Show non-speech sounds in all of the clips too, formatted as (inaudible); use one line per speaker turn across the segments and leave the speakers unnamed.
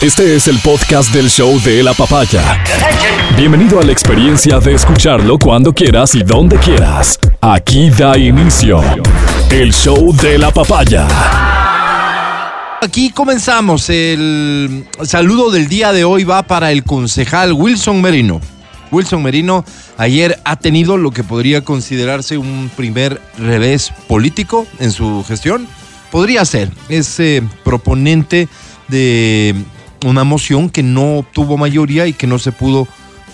Este es el podcast del show de la papaya. Bienvenido a la experiencia de escucharlo cuando quieras y donde quieras. Aquí da inicio el show de la papaya.
Aquí comenzamos. El saludo del día de hoy va para el concejal Wilson Merino. Wilson Merino ayer ha tenido lo que podría considerarse un primer revés político en su gestión. Podría ser. Es eh, proponente de una moción que no obtuvo mayoría y que no se pudo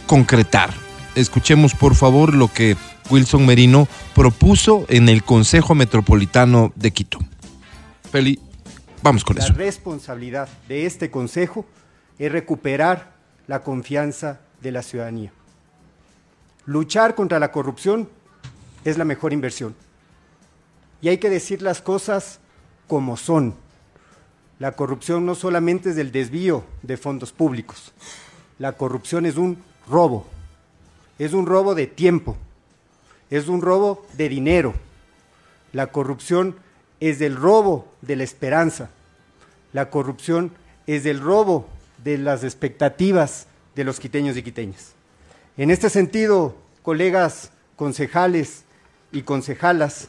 concretar. Escuchemos por favor lo que Wilson Merino propuso en el Consejo Metropolitano de Quito. Feli, vamos con
la
eso.
La responsabilidad de este Consejo es recuperar la confianza de la ciudadanía. Luchar contra la corrupción es la mejor inversión. Y hay que decir las cosas como son. La corrupción no solamente es el desvío de fondos públicos, la corrupción es un robo, es un robo de tiempo, es un robo de dinero, la corrupción es del robo de la esperanza, la corrupción es del robo de las expectativas de los quiteños y quiteñas. En este sentido, colegas concejales y concejalas,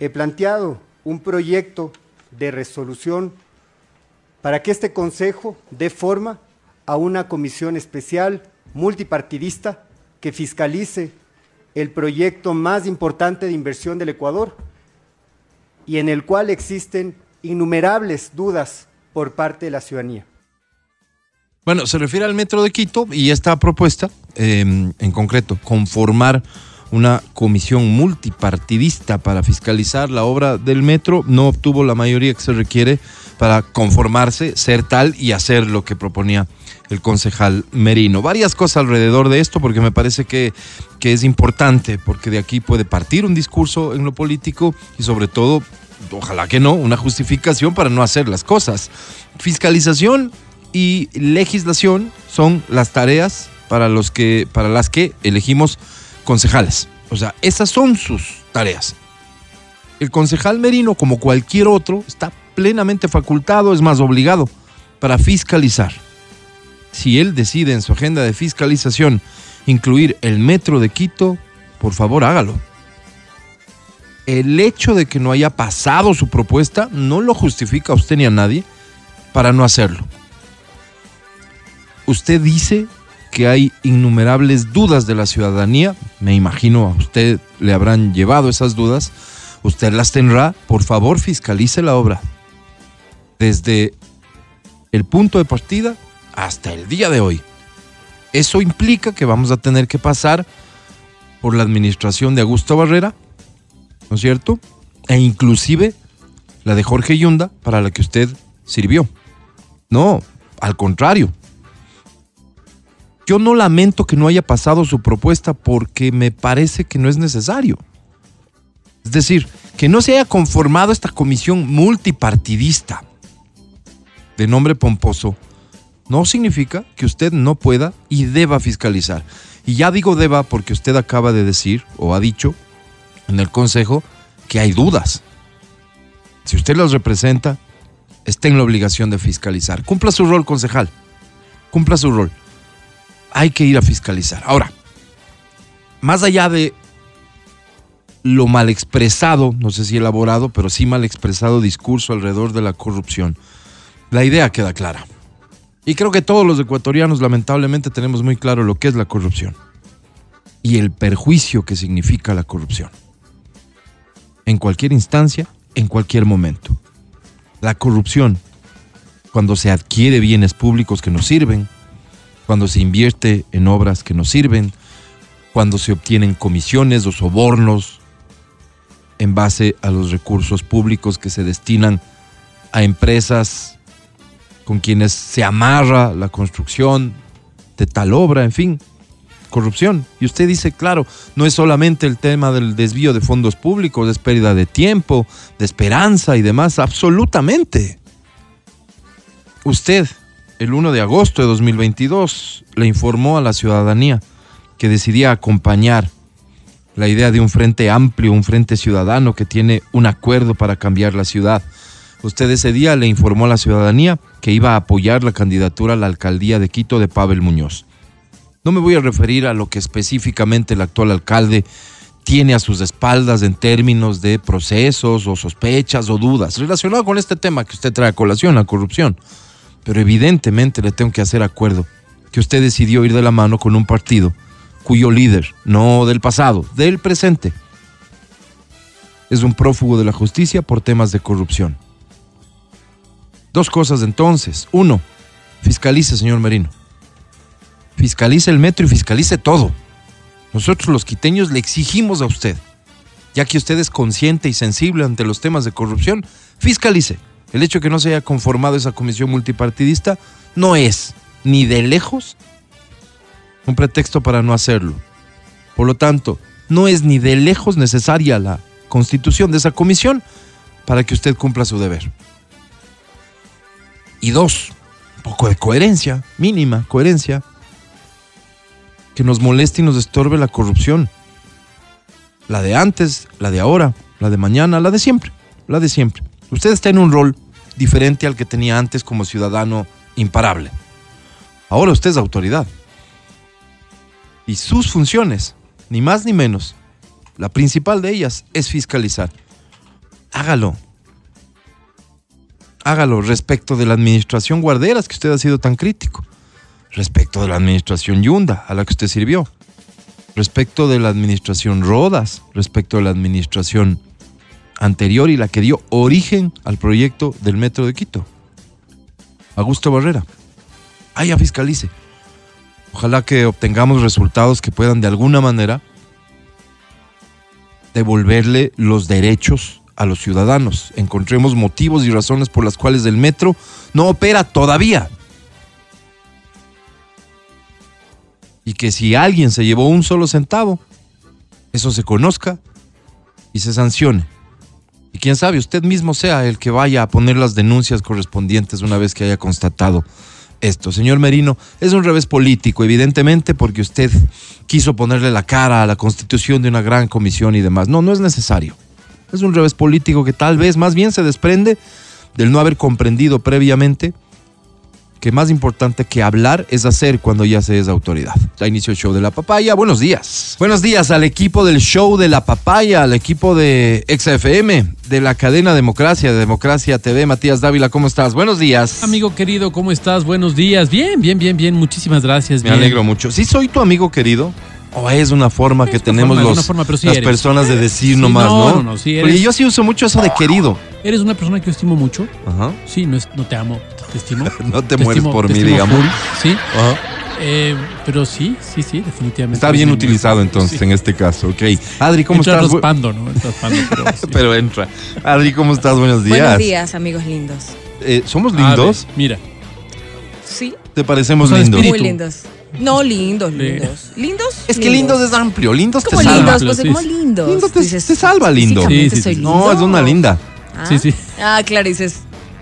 he planteado un proyecto de resolución para que este Consejo dé forma a una comisión especial multipartidista que fiscalice el proyecto más importante de inversión del Ecuador y en el cual existen innumerables dudas por parte de la ciudadanía.
Bueno, se refiere al Metro de Quito y esta propuesta, eh, en concreto, conformar una comisión multipartidista para fiscalizar la obra del metro no obtuvo la mayoría que se requiere para conformarse, ser tal y hacer lo que proponía el concejal Merino. Varias cosas alrededor de esto porque me parece que, que es importante, porque de aquí puede partir un discurso en lo político y sobre todo, ojalá que no, una justificación para no hacer las cosas. Fiscalización y legislación son las tareas para, los que, para las que elegimos concejales. O sea, esas son sus tareas. El concejal Merino, como cualquier otro, está plenamente facultado, es más obligado, para fiscalizar. Si él decide en su agenda de fiscalización incluir el metro de Quito, por favor hágalo. El hecho de que no haya pasado su propuesta no lo justifica a usted ni a nadie para no hacerlo. Usted dice que hay innumerables dudas de la ciudadanía. Me imagino a usted le habrán llevado esas dudas. Usted las tendrá. Por favor, fiscalice la obra. Desde el punto de partida hasta el día de hoy. Eso implica que vamos a tener que pasar por la administración de Augusto Barrera, ¿no es cierto? E inclusive la de Jorge Yunda, para la que usted sirvió. No, al contrario, yo no lamento que no haya pasado su propuesta porque me parece que no es necesario. Es decir, que no se haya conformado esta comisión multipartidista de nombre pomposo no significa que usted no pueda y deba fiscalizar. Y ya digo deba porque usted acaba de decir o ha dicho en el Consejo que hay dudas. Si usted las representa, está en la obligación de fiscalizar. Cumpla su rol, concejal. Cumpla su rol hay que ir a fiscalizar. Ahora, más allá de lo mal expresado, no sé si elaborado, pero sí mal expresado discurso alrededor de la corrupción, la idea queda clara. Y creo que todos los ecuatorianos lamentablemente tenemos muy claro lo que es la corrupción y el perjuicio que significa la corrupción. En cualquier instancia, en cualquier momento. La corrupción, cuando se adquiere bienes públicos que nos sirven, cuando se invierte en obras que no sirven, cuando se obtienen comisiones o sobornos en base a los recursos públicos que se destinan a empresas con quienes se amarra la construcción de tal obra, en fin, corrupción. Y usted dice, claro, no es solamente el tema del desvío de fondos públicos, es pérdida de tiempo, de esperanza y demás, absolutamente. Usted, el 1 de agosto de 2022 le informó a la ciudadanía que decidía acompañar la idea de un frente amplio, un frente ciudadano que tiene un acuerdo para cambiar la ciudad, Usted ese día le informó a la ciudadanía que iba a apoyar la candidatura a la alcaldía de Quito de Pavel Muñoz. No me voy a referir a lo que específicamente el actual alcalde tiene a sus espaldas en términos de procesos o sospechas o dudas relacionado con este tema que usted trae a colación, la corrupción. Pero evidentemente le tengo que hacer acuerdo que usted decidió ir de la mano con un partido cuyo líder, no del pasado, del presente, es un prófugo de la justicia por temas de corrupción. Dos cosas entonces. Uno, fiscalice, señor Merino. Fiscalice el metro y fiscalice todo. Nosotros los quiteños le exigimos a usted, ya que usted es consciente y sensible ante los temas de corrupción, fiscalice. El hecho de que no se haya conformado esa comisión multipartidista no es, ni de lejos, un pretexto para no hacerlo. Por lo tanto, no es ni de lejos necesaria la constitución de esa comisión para que usted cumpla su deber. Y dos, un poco de coherencia, mínima coherencia, que nos moleste y nos estorbe la corrupción. La de antes, la de ahora, la de mañana, la de siempre, la de siempre. Usted está en un rol diferente al que tenía antes como ciudadano imparable. Ahora usted es autoridad. Y sus funciones, ni más ni menos, la principal de ellas es fiscalizar. Hágalo. Hágalo respecto de la administración Guarderas, que usted ha sido tan crítico. Respecto de la administración Yunda, a la que usted sirvió. Respecto de la administración Rodas, respecto de la administración anterior y la que dio origen al proyecto del Metro de Quito. Augusto Barrera. Ah, ya fiscalice. Ojalá que obtengamos resultados que puedan de alguna manera devolverle los derechos a los ciudadanos. Encontremos motivos y razones por las cuales el metro no opera todavía. Y que si alguien se llevó un solo centavo, eso se conozca y se sancione. Y quién sabe, usted mismo sea el que vaya a poner las denuncias correspondientes una vez que haya constatado esto. Señor Merino, es un revés político, evidentemente, porque usted quiso ponerle la cara a la constitución de una gran comisión y demás. No, no es necesario. Es un revés político que tal vez más bien se desprende del no haber comprendido previamente que más importante que hablar es hacer cuando ya se es autoridad. Ya inicio el show de la papaya. Buenos días. Buenos días al equipo del show de la papaya, al equipo de XFM, de la cadena Democracia, de Democracia TV. Matías Dávila, ¿cómo estás? Buenos días.
Amigo querido, ¿cómo estás? Buenos días. Bien, bien, bien, bien. Muchísimas gracias.
Me
bien.
alegro mucho. ¿Sí soy tu amigo querido? ¿O es una forma que
una
tenemos
forma, es
los-
una forma, pero sí
las
eres.
personas de decir
Sí,
nomás,
no,
no?
no, no, sí eres.
Porque yo sí uso mucho eso de querido.
Eres una persona que yo estimo mucho.
Ajá.
Sí, no, es, no te amo, te estimo.
(laughs) No te, mueres
estimo-
por
te
mí,
estimo
digamos.
full, Sí,
Ajá.
eh, pero sí, sí, sí, definitivamente.
Está bien
Sí,
utilizado
sí.
entonces en este caso, ok. Adri, ¿cómo
Entra
estás? Bu-
raspando, ¿no?
(laughs)
Entra raspando, pero sí.
Pero entra. Adri, ¿cómo estás? Buenos días.
Buenos días, amigos lindos.
Eh, ¿Somos
A ver,
lindos?
mira,
Sí,
¿Te parecemos
Son
lindos?
espíritu.
muy lindos. No, lindos,
Le-
lindos. ¿Lindos?
Es que lindos es amplio, lindos te
Como
salva.
lindos,
Claro,
pues
sí,
como
sí.
lindos.
Lindo te-
Dices,
te salva, lindo.
físicamente
Sí, sí,
soy
sí.
No, es una linda.
Ah,
Sí, sí.
Ah, claro, dices,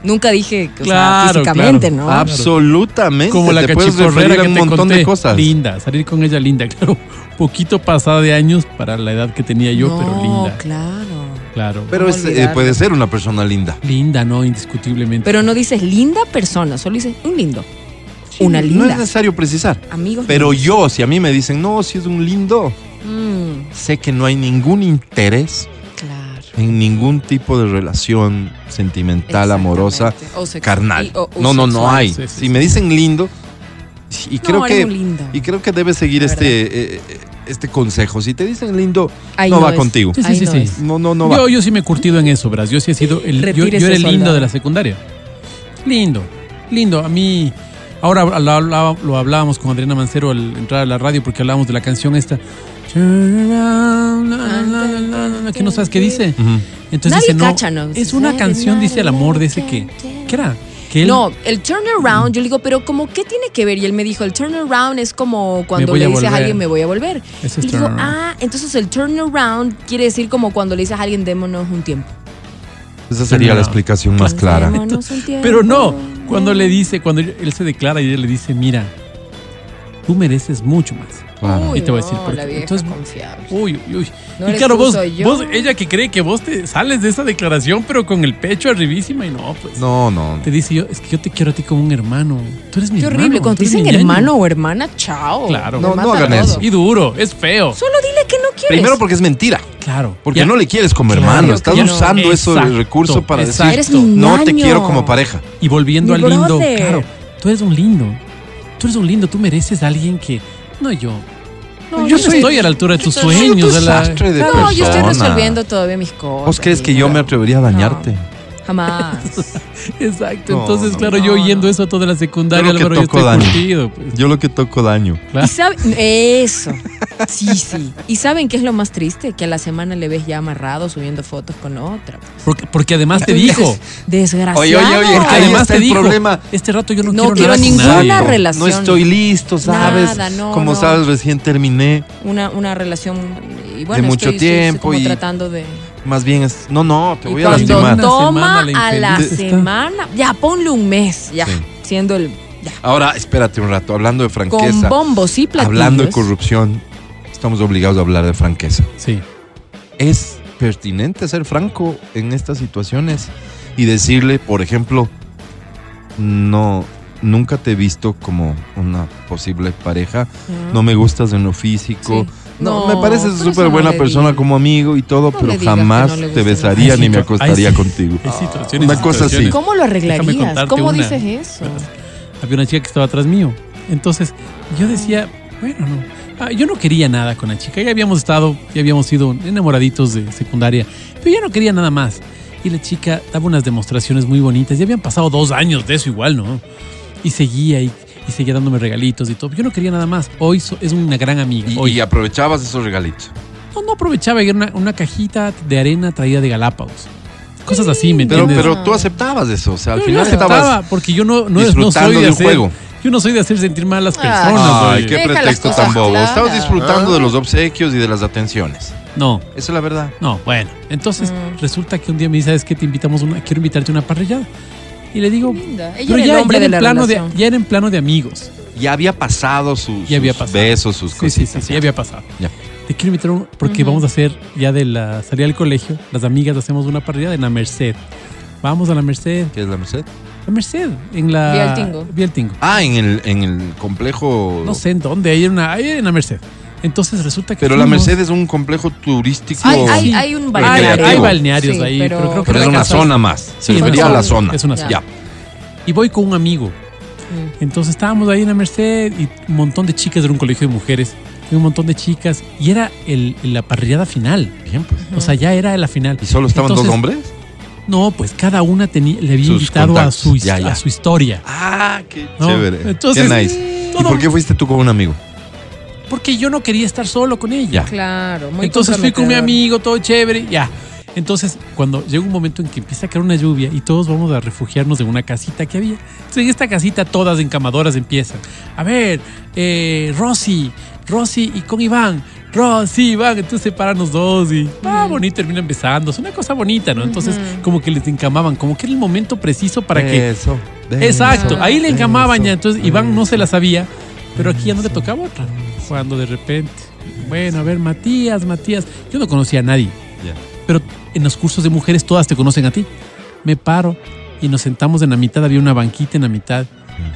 nunca dije, o sea,
Claro, Ah,
físicamente,
claro.
¿no?
Absolutamente.
Como la
¿Eh? te puedes referir
cachiporrera
a
que
un
te
montón
conté.
de cosas.
Linda, salir con ella linda, (laughs) claro. Poquito pasada de años para la edad que tenía yo,
no,
pero linda.
claro.
Claro.
Pero
¿Cómo
es, eh,
olvidarlo?
puede ser una persona linda.
linda, no, indiscutiblemente.
Pero no dices linda persona, solo dices un lindo. una
No es
linda.
necesario precisar.
Amigos
Pero
lindos.
yo, si a mí me dicen, no, si es un lindo,
Mm,
sé que no hay ningún interés
claro.
en ningún tipo de relación sentimental,
Exactamente.
amorosa,
O sexu-
carnal.
y- o- o
no, no, no
sexual.
hay.
Sí, sí,
si
sí.
me dicen lindo, y
No,
creo
eres
que
un lindo.
y creo que debe seguir
La
este eh, eh, este consejo. Si te dicen lindo,
Ahí
no va
es.
contigo.
Sí, sí,
Ahí
sí,
no
sí.
es.
no, no, no va.
Yo, yo sí me he curtido en eso, verás. Yo sí he sido el. Yo, yo
Retírese,
era el lindo
soldado.
de la secundaria. Lindo, lindo. A mí. Ahora lo, hablaba- lo hablábamos con Adriana Mancero al entrar a la radio porque hablábamos de la canción esta. Turn around, la, la, la, la, la, la, Que no sabes qué dice.
Ujú.
Entonces
Nadie
dice, no.
cacha, ¿no?
Es una canción, dice el amor de ese que. ¿Qué era? Que él
No, el turnaround, yo le digo, pero como, ¿qué tiene que ver? Y él me dijo, el turnaround es como cuando
voy
le
a
dices a
volver.
alguien, me voy a volver.
Ese es
y digo,
turnaround.
ah, entonces el turnaround quiere decir como cuando le dices a alguien, démonos un tiempo.
Esa sería la
No.
explicación más clara.
(laughs)
Démonos un tiempo.
Pero no, cuando le dice, cuando él se declara y ella le dice, mira, Tú mereces mucho más.
Claro.
Y te voy a decir
no,
por
la
qué.
vieja
Entonces,
confiable.
Uy, uy, uy.
No
y
eres
claro,
tú,
vos,
soy yo.
vos, ella que cree que vos te sales de esa declaración, pero con el pecho arribísima y no, pues.
No, no.
Te dice yo, es que yo te quiero a ti como un hermano. Tú eres mi
Qué
hermano.
horrible. Cuando
tú
te
eres
dicen
mi ñaño.
hermano o hermana, chao.
Claro.
Me
No, no
mata
hagan
todo.
eso.
Y duro, es feo.
Solo dile que no quieres.
Primero porque es mentira.
Claro.
Porque
Ya-
no le quieres como
Claro
hermano.
que
Estás
no.
usando eso de
Exacto,
recurso para
exacto.
Eres
decir,
mi
no te
ñaño".
quiero como pareja.
Y volviendo
Mi
al lindo,
brother.
claro, tú eres un lindo. Tú eres un lindo, tú mereces a alguien que. No yo. No, yo, no
soy-
estoy a la altura de tus
soy un
sueños. de la-
desastre de
No, yo estoy
persona.
resolviendo todavía mis cosas.
¿Vos crees que yo me
atrevo?
atrevería a dañarte?
(laughs)
Jamás.
Exacto.
No,
Entonces,
no,
claro,
no,
yo oyendo
no.
eso toda la secundaria,
Yo lo que
Álvaro, yo
toco
estoy
daño.
curtido. pues.
Yo lo que toco daño.
Claro.
Y saben, eso. Sí, sí. ¿Y saben qué es lo más triste? Que a la semana le ves ya amarrado subiendo fotos con otra.
Porque, porque además te
Tú
(laughs)
dices,
dijo.
Desgraciado.
Oye, oye, oye,
Porque
Ahí
además
está
te
el
dijo.
problema.
Este rato yo no,
No
quiero,
quiero
nada con
ninguna
nadie".
Exacto.
relación.
No estoy listo, ¿sabes?
Nada, no,
Como
no.
sabes, recién terminé.
Una, una relación y bueno,
De mucho
estoy, estoy-
tiempo
como
y-
tratando de.
Más bien es. No, no, te
Y
voy a
cuando
lastimar.
to-
toma
Una semana, la
a la
infeliz está.
semana, ya ponle un mes, ya
Sí.
siendo el ya,
Ahora, espérate un rato. Hablando de
con
franqueza.
bombos y platillos.
Hablando de corrupción. Estamos obligados a hablar de franqueza.
Sí.
es pertinente ser franco en estas situaciones y decirle, por ejemplo, no, nunca te he visto como una posible pareja,
Ajá.
no me gustas en lo físico,
Sí.
no,
No,
me pareces
pero eso
súper buena
no le
persona
digas.
como amigo y todo,
No le
pero
digas que
jamás
no le
te
gustas.
besaría
Ay,
ni
sí,
me
ay,
acostaría
sí.
contigo.
Hay situaciones.
Una
y
cosa así.
situaciones.
¿Cómo lo
Déjame
arreglarías?
contarte
¿Cómo
una.
dices eso?
Había una chica que estaba atrás mío. Entonces, yo decía, bueno, no. Ah, yo no quería nada con la chica. Ya habíamos estado, ya habíamos sido enamoraditos de secundaria. Pero ya no quería nada más. Y la chica daba unas demostraciones muy bonitas. Ya habían pasado dos años de eso igual, ¿no? Y seguía y, y seguía dándome regalitos y todo. Yo no quería nada más. Hoy so- es una gran amiga.
Y,
Hoy
y aprovechabas esos regalitos.
no, no aprovechaba. Era una, una cajita de arena traída de Galápagos. Cosas así, ¿me
Pero,
entiendes?
pero tú aceptabas eso, o sea, al
Yo- yo
final
aceptaba,
estabas...
porque yo no, no, no soy
disfrutando
de,
del
hacer-
juego.
Yo no soy de hacer sentir mal a las
Ay,
personas.
Ay,
oye.
qué
Deja las
pretexto
cosas
tan bobo. Estabas
claras. Ah.
disfrutando de los obsequios y de las atenciones.
No,
Esa es la verdad.
no, bueno. Entonces
Mm.
resulta que un día me dice, ¿sabes qué? Te invitamos una, quiero invitarte a una parrillada. Y le digo,
Linda. Ella
pero
era el
ya,
hombre
ya
de
era
la
en plano de,
relación.
ya era en plano de amigos.
Ya había pasado sus,
Ya había
sus
pasado.
besos, sus
Sí, sí,
cositas.
sí, sí, ya había pasado.
Ya.
Te quiero invitar un- porque
Ujú.
vamos a hacer ya de la salida del colegio, las amigas hacemos una parrillada en la Merced. Vamos a la Merced.
¿Qué es la Merced?
La Merced, en la...
Vía El Tingo.
Vía El Tingo.
Ah, en el, en el complejo.
No sé en dónde, ahí en, una, ahí en la Merced. Entonces resulta que...
Pero la
fuimos-
Merced es un complejo turístico.
Hay, hay, hay un balneario.
Recreativo.
Hay- hay balnearios ahí, pero creo que
Pero es una
Fracasó.
zona más.
Sí,
Se refería
es
a
una
la
zona.
zona.
Es una zona.
Ya.
Y voy con un amigo.
Mm.
Entonces estábamos ahí en la Merced y un montón de chicas, era un colegio de mujeres, y un montón de chicas, y era el, la parrillada final.
Bien, pues.
O sea, ya era la final.
¿Y solo estaban
Entonces,
dos hombres?
No, pues cada una tenía, le había
Sus
invitado a su,
contactos. Ya, ya.
a su historia.
Ah, qué
¿no?
chévere.
Entonces, eh,
qué nice.
no,
¿Y
no,
por qué fuiste tú con un amigo?
Porque yo no quería estar solo con
Ya.
ella.
Claro, muy
Entonces fui con mi
comprometedor.
amigo, todo chévere, ya. Entonces, cuando llega un momento en que empieza a caer una lluvia y todos vamos a refugiarnos en una casita que había. Entonces, en esta casita todas encamadoras empiezan. A ver, eh, Rosy, Rosy y con Iván. Rosy, Iván, entonces separarnos dos y ah, bonito, terminan besándose. Una cosa bonita, ¿no? Entonces, como que les encamaban, como que era el momento preciso para que
Eso.
Exacto, ahí le encamaban
eso,
ya, entonces Iván no se la
eso.
sabía, pero aquí ya no le tocaba otra. Cuando de repente, bueno, a ver, Matías, Matías, yo no conocía a nadie,
Ya.
pero en los cursos de mujeres todas te conocen a ti. Me paro y nos sentamos en la mitad, había una banquita en la mitad,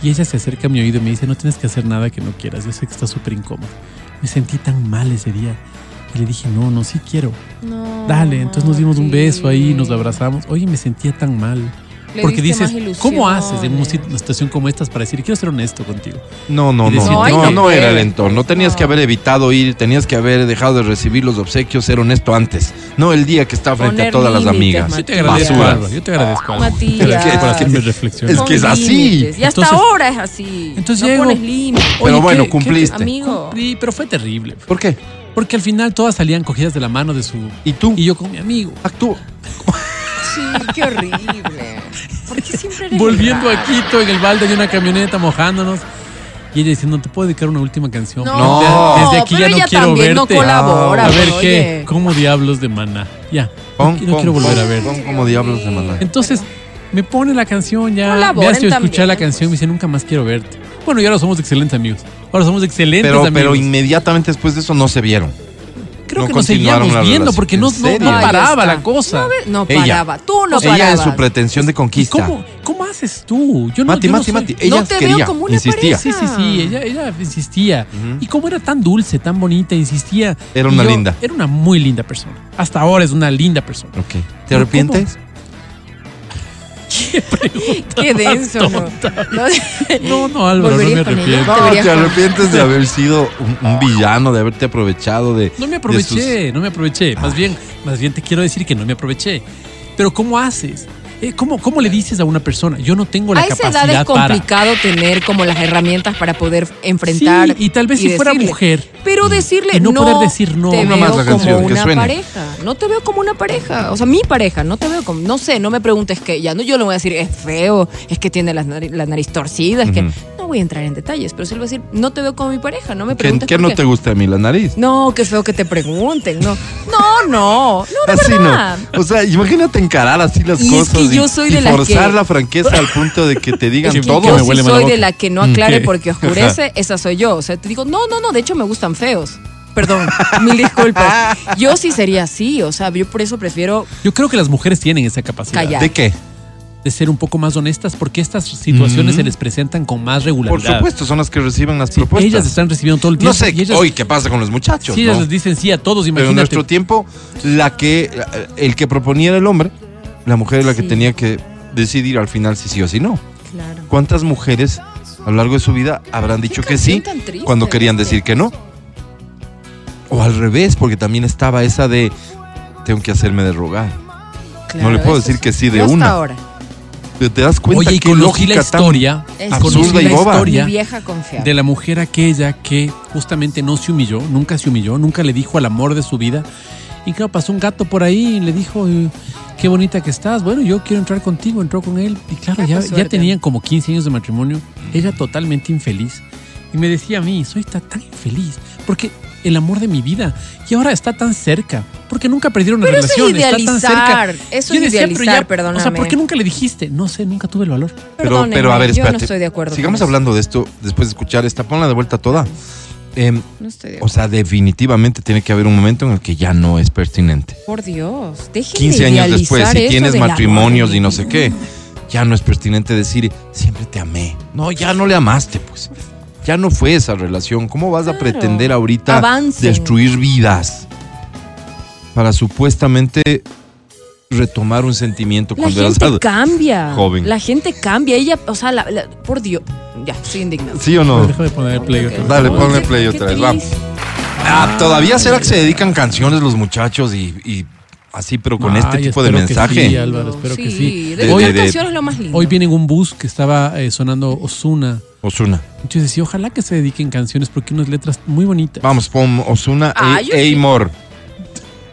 y ella se acerca a mi oído y me dice, no tienes que hacer nada que no quieras, yo sé que estás súper incómodo. Me sentí tan mal ese día. Y le dije, no, no, sí quiero.
No,
Dale, entonces nos dimos un beso ahí, nos
Mati.
abrazamos. Oye, me sentía tan mal.
Le
Porque
diste
dices,
más
¿cómo haces en una
ilusiones?
sit- una situación como estas para decir, quiero ser honesto contigo?
No, no,
Y
no.
decir,
No,
"Ay,
no,
no
no
puedo".
era el entorno. Tenías
No.
que haber evitado ir, tenías que haber dejado de recibir los obsequios, ser honesto antes. No el día que estaba frente
Poner
a todas las
límites,
amigas.
Matías.
Yo te agradezco,
Basura.
Álvaro, yo te agradezco. Álvaro,
Matías.
Te agradezco por
Es que-
hacerme
es que-
reflexionar.
es que-
Con
así.
límites. Y hasta
Entonces-
ahora es así.
Entonces
no
llego- Este.
pones límites.
Pero
Oye,
bueno,
¿qué-
cumpliste.
Amigo.
Sí, pero fue terrible.
¿Por qué?
Porque al final todas salían cogidas de la mano de su...
¿Y tú?
Y yo con mi amigo.
Actúo.
Sí, qué horrible. ¿Por qué siempre eres
Volviendo
raro?
a Quito en el balde de una camioneta mojándonos. Y ella diciendo, ¿te puedo dedicar una última canción?
No,
Desde- desde aquí
pero
ya no
ella
quiero
también
verte.
no colabora.
a ver
pues,
qué,
oye.
¿cómo diablos de maná? Ya, no,
Pon,
qui- no
pon,
quiero volver
pon,
a ver.
pon como diablos de mala.
Entonces, me pone la canción ya.
Colaboren
Me hace escuchar
también, pues.
la canción y me dice, nunca más quiero verte. Bueno, y ahora somos excelentes amigos. Ahora somos excelentes
Pero,
amigos.
pero inmediatamente después de eso no se vieron.
Creo
no
que nos
continuaron
seguíamos
la
viendo
relación.
porque
¿En
no, no- no
serio? Ahí
paraba
está.
la cosa.
No, ve- no
Ella.
paraba. Tú no
Ella en
parabas. Pues,
su pretensión de
¿Y
conquista.
cómo, cómo haces tú? Yo no,
Mati,
yo no
Mati,
soy-
Mati. Ella
te veo
quería,
como una
insistía.
pareja.
Sí, sí, sí, ella, ella insistía. Y como era tan dulce, tan bonita, insistía.
Era
Y
una
yo-
linda.
Era una muy linda persona. Hasta ahora es una linda persona.
(laughs)
Ok. ¿Te arrepientes?
Qué denso, ¿no?
No, no, Álvaro, no me
¿Volverías con ella?
arrepiento.
No, deberías
te
con-
arrepientes de haber sido un, un villano, de haberte aprovechado de.
No me
de
aproveché, no me aproveché. Más
Ah.
bien, más bien te quiero decir que no me aproveché. Pero ¿cómo haces? Eh, ¿Cómo, cómo le dices a una persona? Yo no tengo la
A esa
capacidad
edad es
para.
complicado tener como las herramientas para poder enfrentar.
Sí, y tal vez si fuera
decirle.
mujer.
Pero decirle
Y no
no.
poder decir no.
Te
Una
veo
más la canción,
como
que
una
suene.
pareja. No te veo como una pareja. O sea, mi pareja. No te veo como. No sé, no me preguntes que ya. No, yo le voy a decir, es feo, es que tiene la nariz, la nariz torcida, es
Ujú.
que. No voy a entrar en detalles, pero sí le voy a decir, no te veo como mi pareja. No me
sus- ¿Qué,
preguntes.
qué
por
no
qué.
te gusta de mí? ¿La nariz?
No, qué feo que te pregunten. No, no, no. No, de
Así
verdad.
Ah, no. O sea, imagínate encarar así las
Y es
cosas.
que
y-
yo soy
y
de las
forzar
que-
la franqueza al punto de que te digan
Es que
Y
todo.
me
yo sí
huele mal la
soy
boca.
de la que no aclare porque oscurece, esa soy yo. O sea, te digo, no, no, no, de hecho me gustan feos. Perdón, (laughs) mil disculpas. Yo sí sería así, o sea, yo por eso prefiero
Yo creo que las mujeres tienen esa capacidad
Callar.
¿De qué?
de ser un poco más honestas porque estas situaciones se les presentan con más
Por
regularidad.
supuesto, son las que reciben las
Sí,
propuestas.
ellas están recibiendo todo el tiempo.
no sé
y ellas,
hoy qué pasa con los muchachos.
sí,
¿no?
ellas les dicen sí a todos,
Pero
imagínate.
en nuestro tiempo, la que, eh, el que proponía era el hombre, la mujer era la que
Sí.
tenía que decidir al final si sí o si no.
Claro.
¿Cuántas mujeres a lo largo de su vida habrán dicho que sí
canción tan triste,
cuando querían
¿viste?
decir que no? O al revés, porque también estaba esa de tengo que hacerme de rogar.
claro,
le puedo
eso
decir que sí de
Yo hasta
una.
ahora.
Pero te das cuenta
Oye, y
que
conocí
lógica
la
tan-
historia,
Es
Absurda
conocí
y
la
boba.
Mi
historia
vieja confiable.
de la mujer aquella que justamente no se humilló, nunca se humilló, nunca le dijo al amor de su vida. Y claro, pasó un gato por ahí y le dijo, eh, qué bonita que estás, bueno, yo quiero entrar contigo, entró con él. Y claro,
Ah,
ya,
pues,
ya
suerte.
tenían como 15 años de matrimonio, era totalmente infeliz. Y me decía a mí, soy ta- tan infeliz, porque el amor de mi vida, y ahora está tan cerca, porque nunca perdieron la
Pero eso es
relación, está tan
idealizar,
cerca.
eso
Yo
es
decía, pero
idealizar,
O sea, ¿por
perdóname.
qué nunca le dijiste? No sé, nunca tuve el valor.
Pero, pero a ver,
Perdónenme, yo no
espérate.
estoy de acuerdo con
Sigamos
eso.
hablando de esto después de escuchar esta. Ponla de vuelta toda. Em,
No estoy de
o
acuerdo.
sea, definitivamente tiene que haber un momento en el que ya no es pertinente.
Por Dios, déjenme
15 años
idealizar
después, si
eso
tienes
del amor
matrimonios
de mi
y no sé
vida.
qué, ya no es pertinente decir, siempre te amé. No, ya no le amaste, pues. Ya no fue esa relación. ¿Cómo vas a
Claro.
pretender ahorita
Avancen.
destruir vidas para supuestamente retomar un sentimiento
La
cuando
gente
eras
cambia.
joven.
La gente cambia. Ella, o sea, la- la- por Dios. Ya, estoy indignada.
¿Sí o no?
Déjame poner el play. otra vez.
Dale,
Ay,
ponle
qué-
play
qué
otra vez, vamos.
triste.
Ah, todavía será que se dedican canciones los muchachos y, y así, pero con este
Ay,
tipo de
espero que
mensaje.
sí, Álvaro, espero que sí.
De,
Hoy-
la canción es lo más lindo.
Hoy viene en un bus que estaba eh, sonando Osuna.
Osuna.
Yo decía, ojalá que se dediquen canciones porque unas letras muy bonitas.
Vamos, pon Osuna
Ah, yo sí.
e Amor.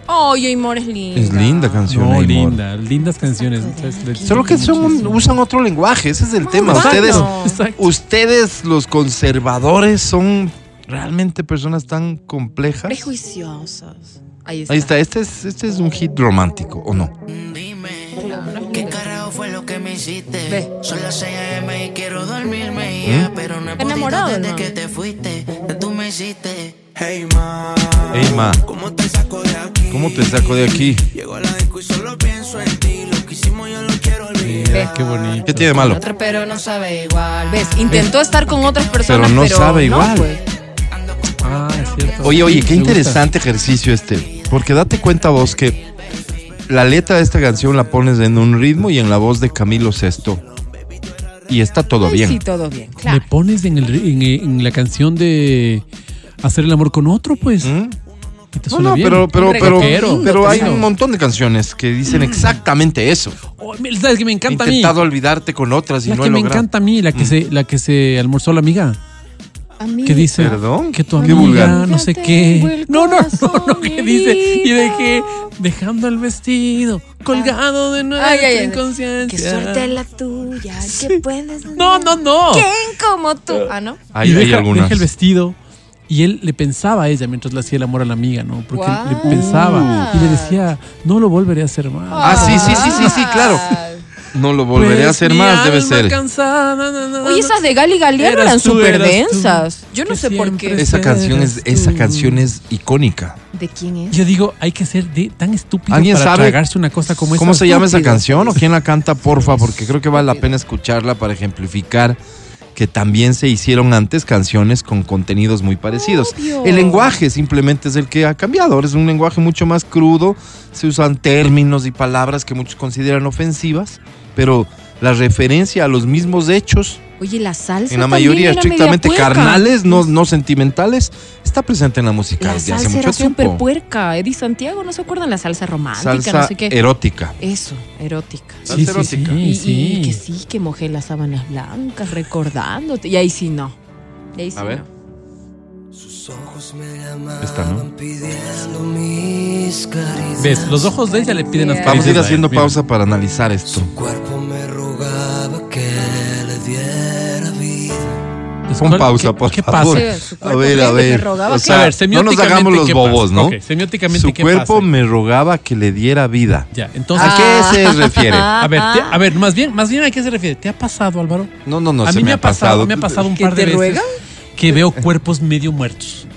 Ay, Amor es linda.
Es linda canción.
No,
Amor.
linda, lindas canciones. Entonces, le-
Solo que son un- usan otro lenguaje, ese es el tema.
Exacto.
Ustedes,
(laughs) Exacto.
ustedes los conservadores son realmente personas tan complejas.
Prejuiciosas. Ahí está.
Ahí está, este es, este es un hit romántico, ¿o no?
¿Qué carajo fue lo que me hiciste?
Ve.
Son las 6 a.m. y quiero dormirme ya, pero no he podido
Enamorado,
desde
hermano.
que te fuiste, que tú me hiciste.
Hey ma,
Ey, ma,
¿cómo te saco de aquí?
¿cómo te saco de aquí?
Llego a la disco y solo pienso en ti. Lo que hicimos yo lo quiero olvidar.
Ve.
Qué bonito.
¿Qué tiene de malo?
Otra pero no sabe igual.
¿Ves? Intentó estar con otras personas,
Eh, Pero
pero
no sabe igual.
pues.
Ah, es cierto.
Oye, oye, qué
Me gusta.
interesante ejercicio este. Porque date cuenta vos que la letra de esta canción la pones en un ritmo y en la voz de Camilo Sesto. Y está todo
Ay, Sí,
bien.
todo bien. Claro.
Le pones en, el- en- eh, en la canción de hacer el amor con otro, pues.
¿Mm?
y te
No,
suena
no,
bien.
pero, pero,
Un
pero,
reggaetero,
pero hay
reggaetero.
un montón de canciones que dicen
Mm.
exactamente eso.
Oh, mira, ¿Sabes qué me
He
encanta a mí?
intentado olvidarte con otras y
La
no
que
he
me
logrado. Mm.
encanta a mí, la que, se, la que se almorzó la amiga. que dice
Perdón,
que tu
qué
amiga
vulgar.
no sé
Ya tengo
qué
el
no no no
corazón
no que dice y
herido.
dejé dejando el vestido colgado de nuevo
Ay, ay, ay.
inconsciencia
Qué suerte la tuya.
(laughs)
Que puedes.
no no no
¿Quién como tú? Ah, no.
Hay,
y
hay
deja,
algunas.
deja el vestido y él le pensaba a ella mientras le hacía el amor a la amiga no porque le pensaba y le decía no lo volveré a hacer más
Ah, sí, sí, sí, sí, sí, claro. No lo volveré a
Pues
hacer
mi
más, debe
alma
ser.
cansada, na, na, na, na.
Oye, esas de Gali Galeano
Eras
eran
tú,
súper
eras tú,
densas. Yo no
que
sé por qué.
siempre
Esa canción es,
eres
esa
tú.
canción es icónica.
¿De quién es?
Yo digo, hay que ser de- tan estúpido
¿Alguien
para
sabe
tragarse una cosa como esa.
¿Cómo se llama esa
Estúpido.
canción o quién la canta, porfa? Porque creo que vale la pena escucharla para ejemplificar que también se hicieron antes canciones con contenidos muy parecidos.
Obvio.
El lenguaje simplemente es el que ha cambiado. Ahora es un lenguaje mucho más crudo, se usan términos y palabras que muchos consideran ofensivas, pero la referencia a los mismos hechos,
Oye, la salsa.
en la
también
mayoría
era
estrictamente
media puerca.
carnales, no, no sentimentales, está presente en la música
La
desde hace
salsa
mucho
era súper
tiempo.
puerca. Eddie Santiago, ¿no se acuerdan? La salsa romántica,
Salsa er-
no sé qué.
erótica.
Eso, erótica.
Sí,
Salsa
sí, sí,
erótica.
Y, y
sí.
que sí, que mojé las sábanas blancas recordándote. Y ahí sí no. Y ahí sí
A ver.
no.
Sus ojos me
Esta, ¿no?
llamaban pidiendo mis caricias.
¿Ves? Los ojos de ella le piden las
Vamos a ir
caricias
haciendo
él, mira.
pausa para analizar esto.
Su cuerpo me rogaba que le diera vida.
Los
Pon
cual-
pausa,
¿qué-
por
qué pasa?
favor.
Sí, su
a
cuerpo
ver,
me-
a
me
ver.
rogaba
O
que-
sea,
A ver,
no nos
semióticamente,
hagamos los
¿qué
bobos,
pasa?
¿no?
Ok, semióticamente,
Su
¿qué
cuerpo
pasa?
me rogaba que le diera vida.
Ya, entonces.
Ah,
¿A qué se refiere?
A ver, te- a ver, más bien, más bien a qué se refiere. ¿Te ha pasado, Álvaro?
No, no, no,
a
se
mí me ha pasado, me ha pasado un
¿Que
par de
te
veces
ruegan?
que veo cuerpos medio muertos.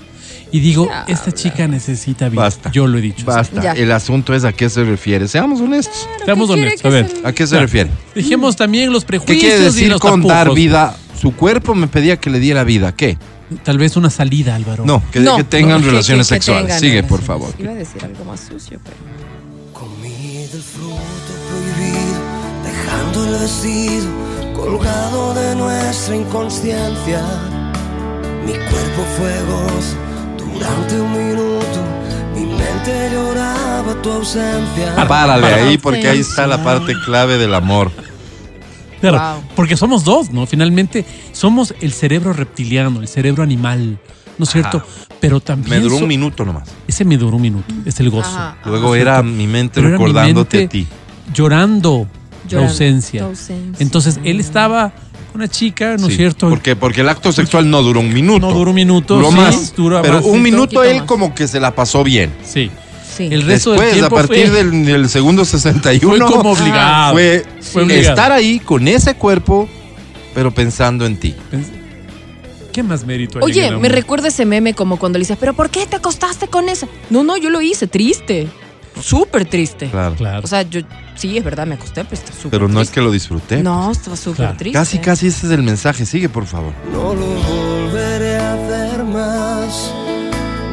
Y digo, esta chica necesita vida.
Basta.
Yo lo he dicho.
Basta,
Ya.
el asunto es a qué se refiere. Seamos honestos.
Estamos
¿qué quiere
honestos.
que
A ver,
se-
¿A qué se
Ya.
refiere?
dejemos también los
¿Qué
prejuicios
quiere
y
decir
los
con dar
tapujos.
vida? Su cuerpo me pedía que le diera vida. ¿Qué?
Tal vez una salida, Álvaro.
No, que,
No,
que tengan
no, (laughs) que-
relaciones
que- que
sexuales.
tengan
Sigue,
relaciones.
por favor.
Iba a decir algo más sucio, pero.
Comí del fruto prohibido, dejando el vestido colgado de nuestra inconsciencia. Mi cuerpo fue gozo durante un minuto, mi mente lloraba tu ausencia.
Párale ahí porque ahí está la parte clave del amor.
Claro,
Wow.
porque somos dos, ¿no? Finalmente somos el cerebro reptiliano, el cerebro animal, ¿no es cierto? Pero también...
Me duró
so-
un minuto nomás.
Ese me duró un minuto, es el gozo.
Ajá.
Luego era mi mente
Pero era mi
recordándote a
mente
ti.
Llorando, la
Llorando,
ausencia.
tu ausencia. Mm.
Entonces él estaba con una chica, ¿no es
Sí,
cierto?
Porque, porque el acto sexual no duró un minuto.
No duró un minuto,
Duró
sí,
más.
dura
pero
más,
un
sí,
minuto
poquito
él
más.
como que se la pasó bien.
Sí.
Sí.
El resto
Después,
del
a
tiempo
partir
fue,
del, del segundo 61,
fue como obligado.
fue
Fue obligado.
estar ahí con ese cuerpo, pero pensando en ti.
Pens- ¿Qué más mérito hay en
Oye,
el
me
amor?
recuerda ese meme como cuando le dices, ¿pero por qué te acostaste con esa? No, no, yo lo hice, triste. Súper triste.
Claro.
Claro.
O sea, yo sí, es verdad, me acosté, pero está súper
Pero no es
triste.
que lo disfruté.
No, estaba súper
Claro.
triste.
¿Eh? Casi, casi ese es el mensaje. Sigue, por favor.
No lo volveré a hacer más.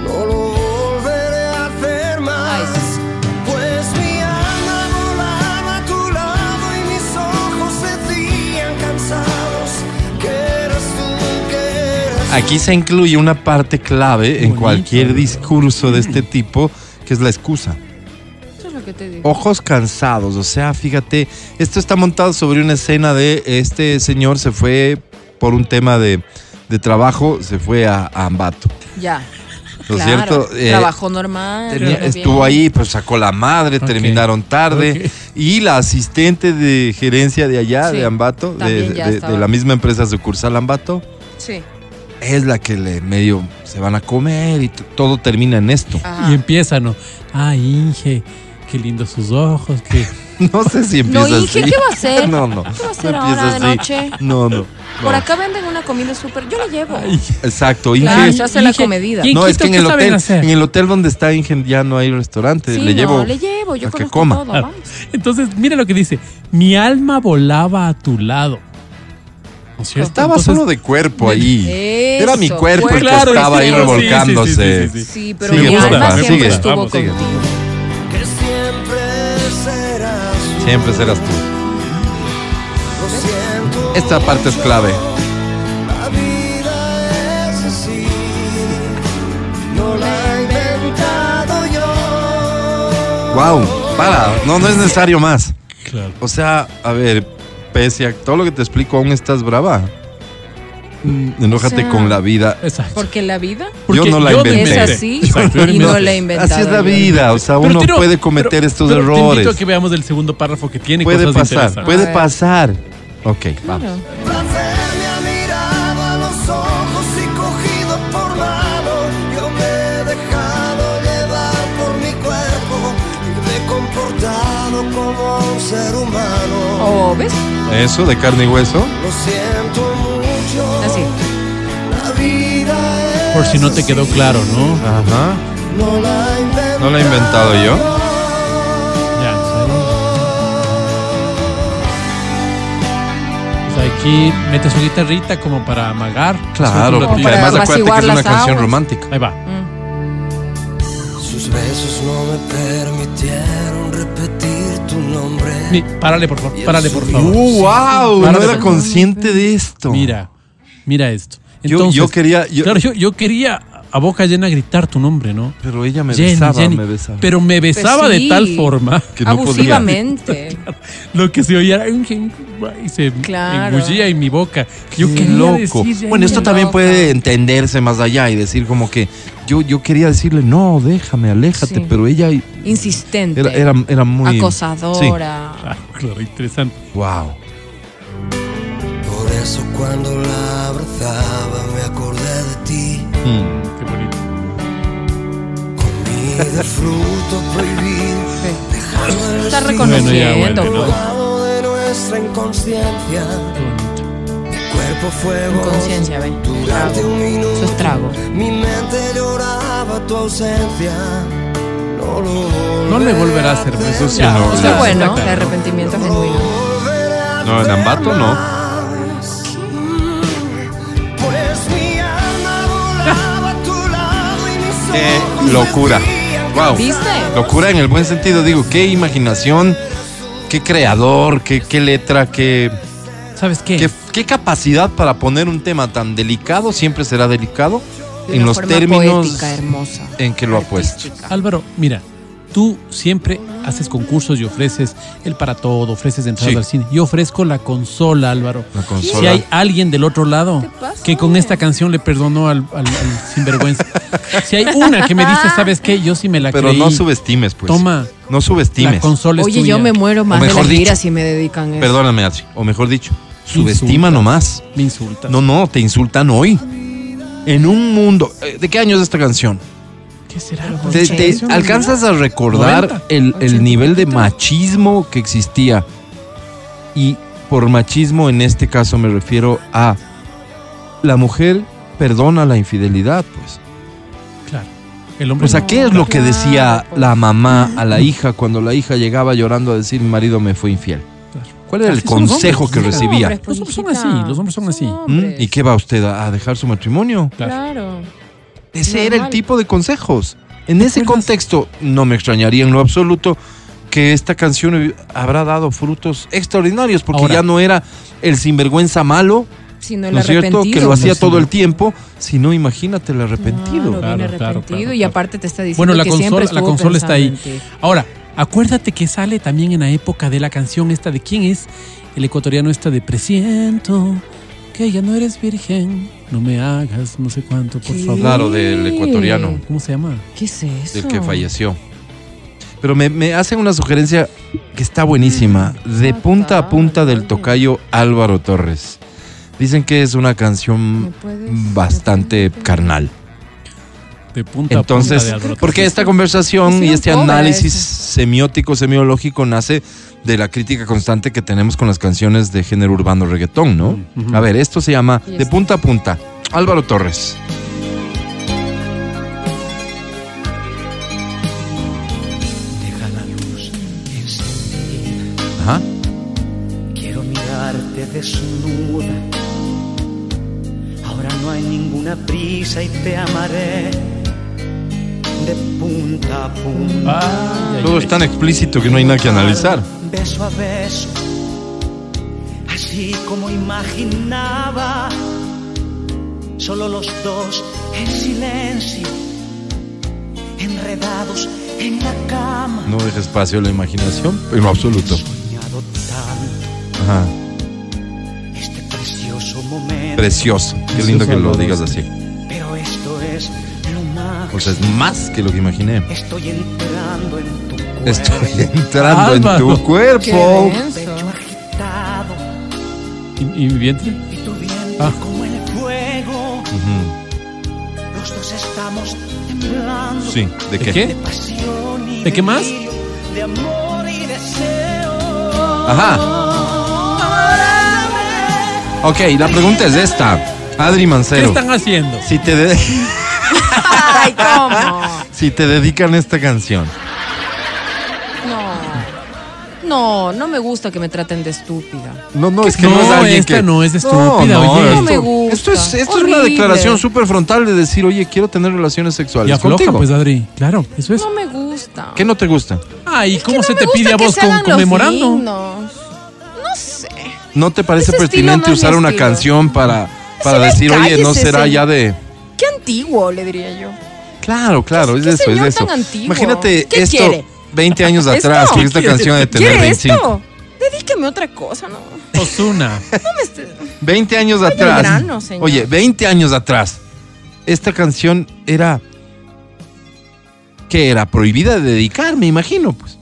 No lo volveré a hacer más.
Ay, sí.
Pues mi alma volaba a tu lado y mis ojos decían cansados que eras tú, que eras
Aquí se incluye una parte clave en
Bonito. Mm.
cualquier discurso de este tipo, que es la excusa.
Eso es lo que te digo.
Ojos cansados, o sea, fíjate, esto está montado sobre una escena de este señor se fue por un tema de, de trabajo, se fue a, a Ambato.
Ya.
¿No es
claro.
cierto? Eh,
Trabajó normal.
tenía-
todo
estuvo
Ah, bien.
ahí, pero sacó la madre,
Ok.
terminaron tarde.
Ok.
Y la asistente de gerencia de allá,
Sí,
de Ambato, de,
también ya
de- de
estaba.
la misma empresa sucursal Ambato,
Sí.
es la que le medio se van a comer y t- todo termina en esto.
Ajá.
Y empieza, ¿no? Ah, Inge, qué lindos sus ojos,
(laughs)
que...
(laughs) No sé si empieza
No, Inge,
así.
¿qué va a hacer?
(laughs) No, no.
¿Qué va a hacer
no
ahora
empieza
de
así.
noche?
No, no.
Por
no.
acá venden una comida súper. Yo la llevo.
Exacto, Inge.
Claro, Ah, se hace la comedida.
¿Y en
No, es que en
Quito
el
qué saben
hotel,
hacer?
en el hotel donde está Inge ya no hay restaurante.
Sí,
le
no,
llevo.
le llevo. Yo
a que
conozco
coma. Ah,
todo. Vamos.
Entonces, mira lo que dice. Mi alma volaba a tu lado. ¿No es cierto?
Estaba
Entonces,
solo de cuerpo ahí. Era mi
Eso,
cuerpo el que
Claro,
estaba ahí
sí, sí,
revolcándose.
sí, sí,
Sí, pero
Sigue,
mi
por
alma
favor,
siempre
sigue.
estuvo
Vamos, sigue.
contigo.
que siempre serás. tú.
Siempre serás tú.
Lo siento.
Esta parte es clave.
La vida es así. No la he inventado yo.
Wow, para. No, no es necesario más.
Claro.
O sea, a ver, pese a todo lo que te explico, aún estás brava. Mm, Enójate
O sea,
con la vida.
Exacto.
Porque la vida
yo no la
es
inventé.
así
Exacto, yo
y no
inventé.
la he inventado.
Así es la
yo.
vida. O sea,
Pero
uno
Tiro,
puede cometer
pero-
estos
pero Te invito a
errores.
que veamos el segundo párrafo que tiene
Puede
cosas
pasar,
interesantes.
A
puede
ver.
pasar. Ok, vamos.
Claro.
placer me ha mirado a los ojos y cogido por mano yo me he dejado llevar por mi cuerpo y me he comportado como un ser humano
o ves
Eso, de carne y hueso.
Lo siento mucho.
así
La vida
Por si no te quedó claro, ¿no?
Ajá.
es- no la invento.
No lo he inventado yo.
Ya, pues ¿sabes? O sea, pues aquí mete su guitarrita como para amagar.
Claro,
Suelta un
porque
para
además acuérdate
ratillo.
que
apaciguar
es una
las
canción
aguas.
romántica.
Ahí va.
Mm.
Sus besos no me permitieron repetir tu nombre.
Ni- párale, por favor. Párale, por favor.
Uh, wow, no
Párate.
era consciente de esto.
Mira, mira esto.
Yo-
Entonces,
yo quería- yo-
claro, yo, yo quería a boca llena gritar tu nombre, ¿no?
Pero ella me
Jenny,
besaba,
Jenny.
me besaba.
Pero me besaba
Pues
de
sí.
tal forma
que no podía. (laughs)
abusivamente
(laughs) lo que se oía era un gen- y se
Claro.
engullía en mi boca. Yo
Qué
quería
loco.
decirle a
bueno,
ella,
esto
Qué
también
loca.
puede entenderse más allá y decir como que yo, yo quería decirle, no, déjame, aléjate,
Sí.
pero ella
insistente
era, era, era muy...
acosadora
Claro, ah, claro, interesante.
Wow.
Por eso cuando la abrazaba me acordé de ti.
Qué bonito.
Comida, fruto prohibido. Dejando el
está
Bueno, ya
reconociendo
vuelve, ¿no?
pues.
lado de nuestra inconsciencia.
Qué bonito.
Mi cuerpo fuego.
Inconsciencia, ven.
Durante un minuto.
su estrago
Mi mente lloraba tu ausencia. No lo
No le volverá a hacer más.
Eso sí,
Ya,
no.
o
Está
sea,
bueno,
está
el
claro.
arrepentimiento genuino.
No, en Ambato no.
Pues mi alma volaba a tu lado y mis
Qué
ojos
locura.
decían
Wow.
¿Viste?
Locura en el buen sentido, digo, qué imaginación, qué creador, qué, qué letra, qué,
¿Sabes qué?
qué, qué capacidad para poner un tema tan delicado, siempre será delicado,
De
en
una
los
forma
términos
poética, hermosa.
en que lo ha puesto.
Artística.
Álvaro, mira, tú siempre haces concursos y ofreces el para todo, ofreces entradas
Sí.
al cine. Yo ofrezco la consola, Álvaro.
La consola.
Si hay alguien del otro lado
¿Qué te pasa?
que con esta canción le perdonó al, al- al
(laughs)
sinvergüenza. si hay una que me dice, ¿sabes qué? Yo sí me la
Pero
creí.
no subestimes, pues.
Toma.
No
La
subestimes.
consola es
Oye,
tuya.
yo me muero más de
mejor
las
dicho-
giras si me dedican eso.
Perdóname, Adri, o mejor dicho, subestima
Insultas.
nomás.
Me insulta.
No, no, te insultan hoy. En un mundo. eh, ¿De qué año es esta canción?
¿Qué será?
¿Te, te
Ochenta.
alcanzas a recordar
Noventa.
el, el
Ochenta.
nivel de machismo que existía? Y por machismo en este caso me refiero a la mujer perdona la infidelidad, pues.
Claro. El hombre
O sea,
no.
¿qué es lo que
Claro,
decía
pues.
la mamá a la hija cuando la hija llegaba llorando a decir mi marido me fue infiel?
Claro.
¿Cuál era el
Así son los
consejo
hombres,
que
sí.
recibía?
Los hombres son así, los hombres son así.
¿Mm? ¿Y qué va usted a a dejar su matrimonio?
Claro.
Claro.
Ese
Normal.
era el tipo de consejos. En ese
acuerdas?
contexto, no me extrañaría en lo absoluto que esta canción habrá dado frutos extraordinarios, porque
Ahora.
ya no era el sinvergüenza malo,
Sino el
¿no es cierto?
arrepentido.
Que lo hacía
sí.
todo el tiempo, sino imagínate el
Claro,
arrepentido.
Claro,
bien
claro,
arrepentido.
claro,
Y
claro.
aparte te está diciendo
Bueno, la
que siempre
consola, la
estuvo
consola está ahí.
pensando en ti.
Ahora, acuérdate que sale también en la época de la canción esta de quién es el ecuatoriano esta de Presiento que ya no eres virgen, no me hagas no sé cuánto, por
Sí.
favor.
Claro, del ecuatoriano,
¿Cómo se llama?
¿Qué es eso?
del que falleció. Pero me, me hacen una sugerencia que está buenísima,
Mm.
de punta
Ah,
a punta del tocayo Álvaro Torres. Dicen que es una
¿Me
canción
puedes-
bastante
me puedes-
carnal.
De punta a punta
Entonces,
de Álvaro
porque
Torres.
esta conversación
Hicieron
y este
cover a
análisis
eso.
semiótico, semiológico nace de la crítica constante que tenemos con las canciones de género urbano reggaetón, ¿no?
Ujú.
A ver, esto se llama
Y
De
esto.
punta a punta. Álvaro Torres.
Deja la luz encendida.
Ajá.
Quiero mirarte desnuda. Ahora no hay ninguna prisa y te amaré de punta a punta.
Ay, ay,
Todo es
ay.
tan explícito que no hay nada que analizar.
Beso a beso, así como imaginaba, solo los dos en silencio, enredados en la cama.
No deja espacio a la imaginación, en lo absoluto.
Soñado tanto
Ajá.
este precioso momento,
Precioso. Qué lindo que lo digas así.
pero esto es lo
O
más.
sea, es más que lo que imaginé.
Estoy entrando en tu cuerpo.
Estoy entrando en
Álvaro.
tu cuerpo.
Qué denso.
Pecho agitado
¿Y, y mi vientre?
y tu vientre
Ah.
como el fuego.
Ujú.
Los dos estamos temblando.
Sí, ¿de
¿De
qué?
qué?
pasión y
¿De qué más?
delirio, De amor y deseo.
Ajá. Ok, la pregunta es esta. Adri
¿Qué
Mancero,
están haciendo?
si te, de- (laughs)
Ay, ¿cómo?
si te dedican esta canción,
No. No, no me gusta que me traten de estúpida.
No, no, es que
No,
no es alguien
esta
que...
no es estúpida, oye.
No me gusta.
Esto es, esto es una
Horrible.
declaración súper frontal de decir, oye, quiero tener relaciones sexuales
Y afloja,
contigo.
pues, Adri. Claro, eso es.
No me gusta.
¿Qué no te gusta?
Ay, Ah, ¿cómo
No
se
me
te
gusta
pide a
que
vos
se
con-
hagan los
conmemorando?
himnos. No sé.
¿No te parece
Ese estilo
pertinente
no Pues es mi
usar una
estilo.
canción para, para
Ese
decir, oye, no
cállese,
será
señor.
ya de...
Qué antiguo, le diría yo.
Claro, claro, es
Pues, qué
eso, es
señor
eso.
tan antiguo?
Imagínate
¿Qué
esto
quiere?
20
(laughs)
años
¿Esto?
atrás, que esta
¿Quiere-
canción de tener
¿Quiere
25.
esto? Dedícame a otra cosa, ¿no? No
Osuna.
me estés...
20 años
Vaya al
atrás.
Pues grano, señor.
Oye, 20 años atrás. Esta canción era. que era prohibida de dedicar, me imagino, pues.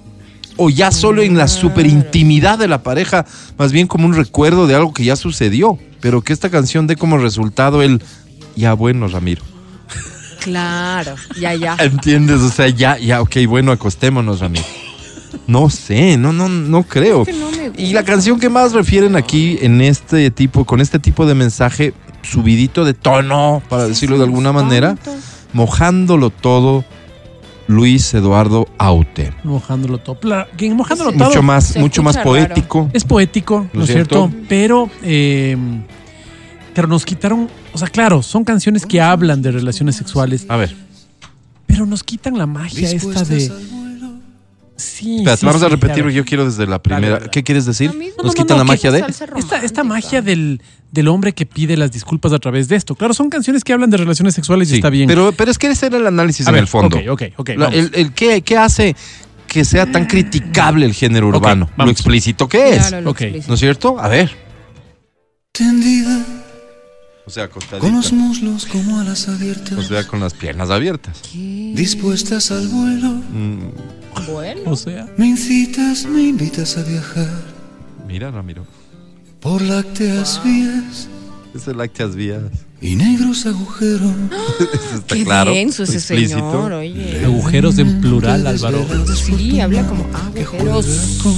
O ya solo en la superintimidad de la pareja, más bien como un recuerdo de algo que ya sucedió. Pero que esta canción dé como resultado el. Ya bueno, Ramiro.
Claro,
(laughs)
ya, ya.
¿Entiendes? O sea, ya, ya, ok, bueno, acostémonos, Ramiro. No sé, no, no, no creo.
Que no me gusta.
Y la canción que más refieren aquí en este tipo, con este tipo de mensaje subidito de tono, para decirlo de alguna manera, mojándolo todo, Luis Eduardo Aute.
(laughs) Mojándolo todo. Pla- que Mojándolo
Sí.
todo.
Mucho más,
Se
mucho más
escucha raro.
poético.
Es poético, ¿no es cierto? Pero, eh, claro, nos quitaron. O sea, claro, son canciones que hablan de relaciones sexuales,
A ver,
pero nos quitan la magia esta de. Sí,
espérate,
sí,
vamos a
sí,
repetir
claro.
lo que yo quiero desde la primera.
dale.
¿Qué quieres decir?
A mí no,
Nos
no,
quitan la
no, que
magia de.
salsa
Esta, esta
romántica.
magia del, del hombre que pide las disculpas a través de esto. Claro, son canciones que hablan de relaciones sexuales y
Sí,
está bien.
Pero, pero es que ese era el análisis
A
en
ver,
el fondo.
Ok, ok, ok.
La-
vamos.
el, el qué, qué hace que sea tan criticable el género
Ok,
urbano? lo
vamos.
explícito que es.
Claro, lo
Ok.
explico.
¿No es cierto? A ver.
Tendida,
O sea, acostadita.
con los muslos como alas abiertas,
O sea, con las piernas abiertas.
dispuestas al vuelo.
Bueno,
Mm. O sea,
Me incitas, me invitas a viajar
Mira, Ramiro.
por lácteas vías
Es el lácteas vías.
y negros agujeros.
Eso está
qué
claro.
denso ese
explícito.
señor, oye.
agujeros en plural, Álvaro.
Sí, habla como ah, agujeros.
Con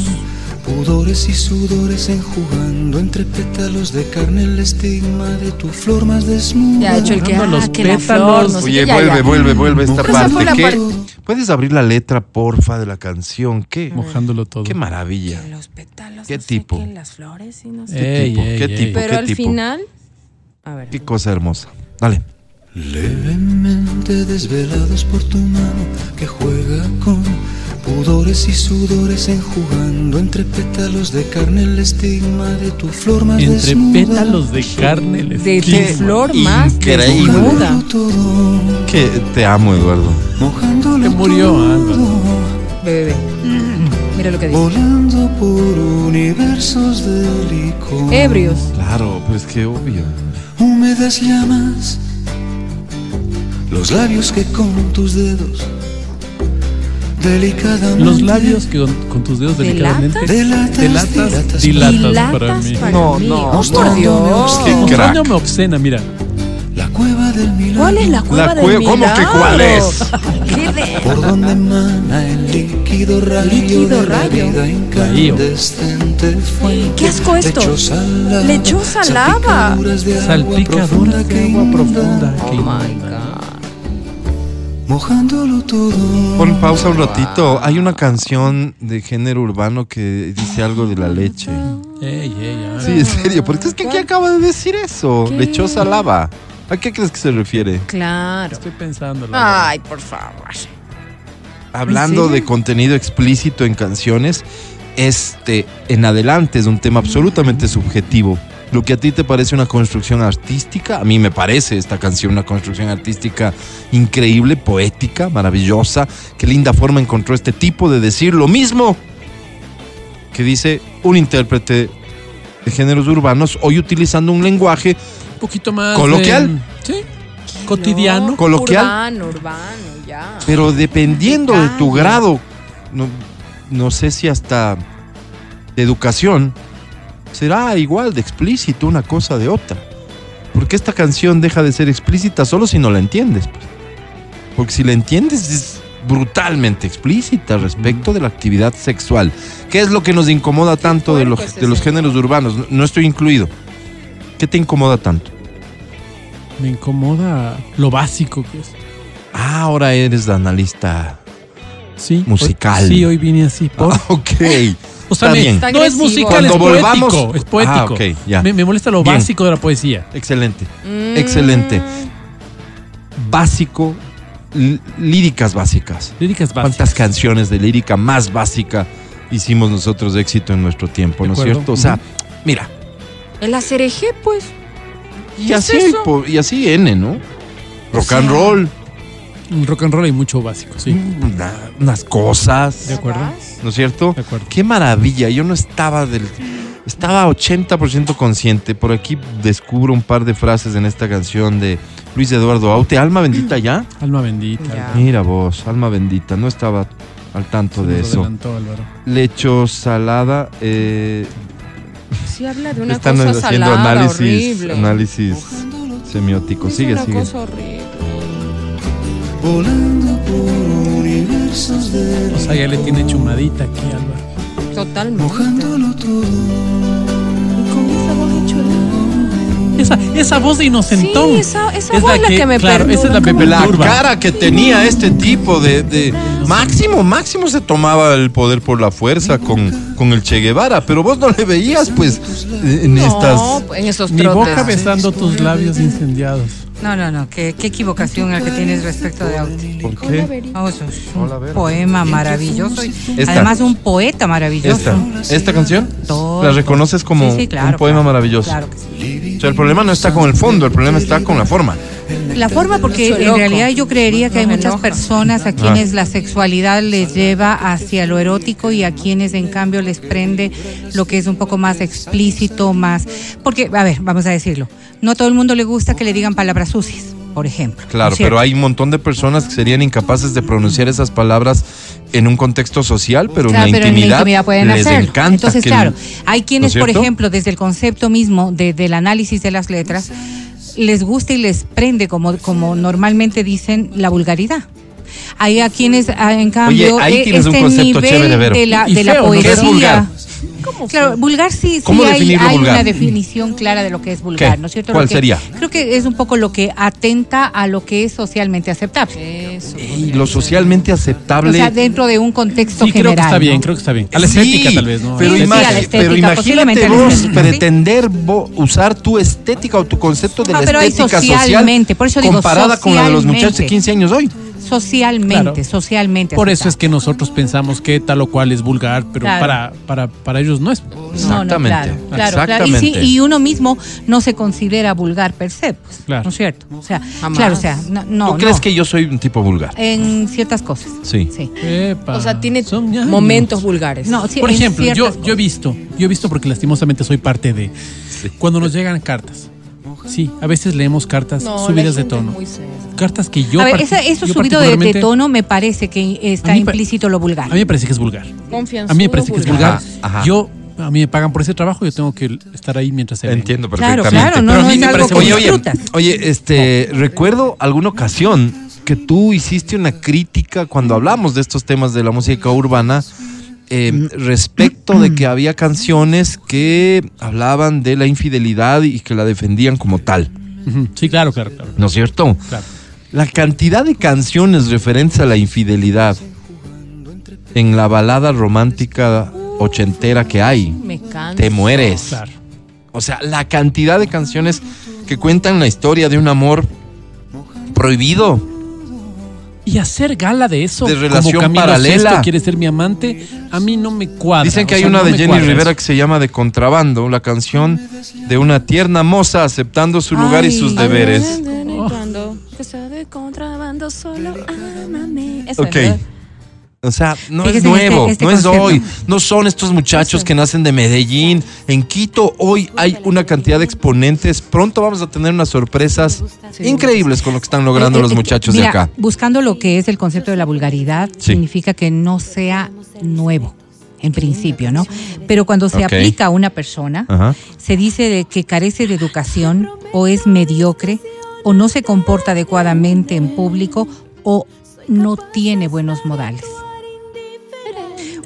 pudores y sudores enjugando entre pétalos de carne el estigma de tu flor más desnuda.
Ya ha hecho el que,
Jugando
ah,
los
que la flor,
pétalos.
no sé
Oye,
qué, ya,
vuelve,
ya.
vuelve, vuelve esta
Esa
parte.
fue la
¿Qué?
parte-
¿Puedes abrir la letra, porfa, de la canción? ¿Qué?
Mojándolo todo.
Qué maravilla.
Que los pétalos,
¿Qué
no sé
tipo?
qué, las flores y no sé.
Eh,
¿Qué
Ey,
tipo?
ey,
¿Qué
ey.
tipo?
Pero
¿Qué
al
tipo?
final, a ver.
Qué cosa hermosa. Dale.
Levemente desvelados por tu mano que juega con pudores y sudores enjugando entre pétalos de carne el estigma de tu flor más
Entre
desnuda.
pétalos de carne. el
De tu
esquí.
flor más
increíble.
desnuda.
todo,
Que te amo, Eduardo.
mojándolo
Que murió,
todo,
Ve, ve, ve. Mira lo que dice.
volando por universos de licor.
Ebrios.
Claro, pero es que obvio.
húmedas llamas, los labios que con tus dedos delicadamente
Los labios que con, con tus dedos
¿Delatas?
delicadamente
delatas,
delatas,
dilatas,
dilatas para
Dilatas
mí.
para
No,
mí.
no,
Oh,
no.
por Dios.
Qué
Un
crack.
sueño me obscena, mira.
la cueva del milagro.
¿Cuál es la cueva del
cue-
milagro?
¿cómo que cuál es?
¿Qué de-
Por donde emana el líquido rayo
Líquido
de la
rayo.
vida incandescente fuente.
Qué asco esto.
Lechosa lava,
Lechosa lava.
salpicaduras de agua profunda
Salpicaduras
que
de agua
inunda,
profunda. que
my
inunda.
God.
mojándolo todo.
Pon pausa un ratito. Hay una canción de género urbano que dice algo de la leche.
Ey, ey, ay.
Sí, en serio. Porque es que ¿quién acaba de decir eso?
¿Qué?
Lechosa lava. ¿A qué crees que se refiere?
Claro.
Estoy pensando. la
Ay, por favor.
Hablando de contenido explícito en canciones, este en adelante es un tema absolutamente subjetivo. Lo que a ti te parece una construcción artística, a mí me parece esta canción una construcción artística increíble, poética, maravillosa. Qué linda forma encontró este tipo de decir lo mismo que dice un intérprete de géneros urbanos hoy utilizando un lenguaje
verdad. Un poquito más.
¿Coloquial?
de- sí. Cotidiano.
Coloquial.
Urbano, urbano, ya.
Pero dependiendo de tu
Detalle.
grado, no, no sé si hasta de educación, será igual de explícito una cosa de otra. Porque esta canción deja de ser explícita solo si no la entiendes. pues. Porque si la entiendes es brutalmente explícita respecto de la actividad sexual. ¿Qué es lo que nos incomoda tanto de,
puerco
los-
es
de los
ese.
géneros urbanos? No- no estoy incluido. ¿Qué te incomoda tanto?
Me incomoda lo básico que es.
Ah, ahora eres la analista.
Sí. hoy-
Musical.
sí, hoy vine así. Por,
Ah, ok.
o sea,
está
me-
bien.
Está
no es
agresivo.
musical,
Cuando
es
volvamos-
poético. Es poético.
Ah, ok, ya.
Me, me molesta lo
Bien.
básico de la poesía.
Excelente.
Mm.
Excelente. Básico, l- líricas básicas.
Líricas básicas.
¿Cuántas canciones de lírica más básica hicimos nosotros de éxito en nuestro tiempo,
De
no es
acuerdo.
cierto? O sea,
Ujú.
mira,
El acereje, pues.
y
¿Qué
así,
es eso?
po- y así N, ¿no? Rock
sea,
and roll, mm,
En rock and roll hay mucho básico, sí.
una- unas cosas,
De acuerdo.
¿no es cierto?
De acuerdo.
Qué maravilla, yo no estaba del... Estaba 80% consciente, por aquí descubro un par de frases en esta canción de Luis Eduardo Aute, Alma Bendita ya.
Alma bendita.
Ya.
Álvaro.
Mira vos, Alma Bendita, no estaba al tanto de
Nos
eso.
adelantó, Álvaro.
Lecho salada, eh,
Sí habla de una
Están
cosa
haciendo
salada,
análisis,
horrible.
análisis semiótico.
Es
Sigue,
una
sigue.
cosa horrible.
volando por universos de
O sea, ya Pues le tiene chumadita aquí, Álvaro.
Totalmente.
todo.
Y con esa voz de chulada.
Esa, esa voz de inocentón.
Sí, esa- esa voz la que me
Claro, esa es la
perdura,
que
¿cómo?
me
La
perturba.
cara que tenía este tipo de, de- máximo, máximo se tomaba el poder por la fuerza con, con el Che Guevara, pero vos no le veías pues en estas.
No, en esos
Mi boca
trotes.
besando tus labios incendiados.
No, no, no, qué, qué equivocación la que tienes respecto de Aute.
¿Por qué?
Oh, eso es un poema maravilloso. y
Esta.
Además, un poeta maravilloso.
Esta, esta canción
Todo.
la reconoces como
Sí, sí, claro,
un poema
claro,
maravilloso.
Claro que sí.
O sea, el problema no está con el fondo, el problema está con la forma.
La forma, porque
Soy
en
loco.
realidad yo creería que hay
Nos
muchas
enoja.
Ah.
personas a quienes la sexualidad les lleva hacia lo erótico y a quienes en cambio les prende lo que es un poco más explícito, más... Porque, a ver, vamos a decirlo, no a todo el mundo le gusta que le digan palabras sucias, por ejemplo. ¿no
Claro,
es
pero
cierto?
hay un montón de personas que serían incapaces de pronunciar esas palabras en un contexto social, pero,
Claro,
en, la
pero en la intimidad pueden
les
hacerlo.
encanta.
Entonces,
que-
claro, hay quienes,
¿no es
por
cierto?
ejemplo, desde el concepto mismo de- del análisis de las letras, les gusta y les prende, como, como normalmente dicen, la vulgaridad. Hay a quienes, ah, en cambio,
ahí
e-
tienes un concepto
nivel
chévere, Vero.
de la,
Y
de la
feo, ¿no?
poesía.
¿Qué es
vulgar?
Claro, vulgar sí, sí
¿Cómo
hay,
definirlo
hay
vulgar?
una definición clara de lo que es vulgar,
¿Qué?
¿no es cierto?
¿Cuál
Lo que-
sería?
Creo que es un poco lo que atenta a lo que es socialmente aceptable.
Eso.
Y lo socialmente aceptable.
O sea, dentro de un contexto
Sí, creo
general.
que está bien,
¿no?
creo que está bien. A la
Sí,
estética, tal vez, ¿no? A la
Pero,
Sí, sí,
imagi-
a la estética,
pero imagínate
posiblemente a la
vos
estética, sí.
pretender vo- usar tu estética o tu concepto de
Ah,
la
pero ahí
estética
socialmente,
social
por eso digo,
comparada con la de los muchachos de
socialmente.
15 años hoy.
Socialmente,
Claro.
socialmente.
Por eso es
aceptable.
que nosotros pensamos que tal o cual es vulgar, pero
Claro.
para, para, para ellos no es.
Exactamente,
No, no, claro, claro, claro. Y, sí,
exactamente.
y uno mismo no se considera vulgar per se, pues,
Claro.
¿no es cierto? O sea,
Jamás.
claro, o sea, no, no,
¿Tú crees
no.
que yo soy un tipo vulgar?
en ciertas cosas.
Sí.
Sí.
Epa,
O sea, tiene
son ñaños.
momentos vulgares.
No, sí,
Por
en
ejemplo, yo,
ciertas
yo he visto, yo he visto porque lastimosamente soy parte de. Cuando nos llegan cartas. Sí, a veces leemos cartas
No, la
subidas de
gente es
tono.
muy seria.
Cartas que yo.
a ver,
parti-
esa- eso
yo
subido de, de
particularmente-
tono me parece que está
A mí pa-
implícito lo vulgar.
A mí me parece que es vulgar.
Confianzudo,
A mí me parece que es vulgar.
Ajá, ajá.
Yo, a mí me pagan por ese trabajo, yo tengo que estar ahí mientras se leen.
Entiendo
Claro,
perfectamente.
claro, no,
Pero a
no
mí
es
me parece
algo que
muy-
Oye, oye,
disfrutas.
oye, este, recuerdo alguna ocasión que tú hiciste una crítica cuando hablamos de estos temas de la música urbana eh, respecto de que había canciones que hablaban de la infidelidad y que la defendían como tal,
Ujú, Sí, claro, claro, claro.
¿no es cierto?
claro.
La cantidad de canciones referentes a la infidelidad en la balada romántica ochentera que hay,
Me canso.
te mueres.
Claro.
O sea, la cantidad de canciones que cuentan la historia de un amor prohibido.
Y hacer gala de eso.
De
como
relación
Camilo
paralela.
Sesto quiere ser mi amante, a mí no me cuadra.
Dicen que
o
hay
sea,
una
no
de
me
Jenny
cuadra
Rivera
eso.
que se llama De Contrabando, la canción de una tierna moza aceptando su lugar y sus deberes.
Cuando que sea de contrabando, solo ámame. Eso
Ok.
es, ¿verdad?
O sea, no
Fíjese
es
en
nuevo,
este- este
no es
concepto.
hoy. No son estos muchachos que nacen de Medellín. En Quito hoy hay una cantidad de exponentes. Pronto vamos a tener unas sorpresas increíbles con lo que están logrando
Eh,
los
eh,
muchachos de
mira,
acá.
Buscando lo que es el concepto de la vulgaridad,
Sí.
significa que no sea nuevo, en principio, ¿no? Pero cuando se
Ok.
aplica a una persona,
Ajá.
se dice de que carece de educación o es mediocre o no se comporta adecuadamente en público o no tiene buenos modales.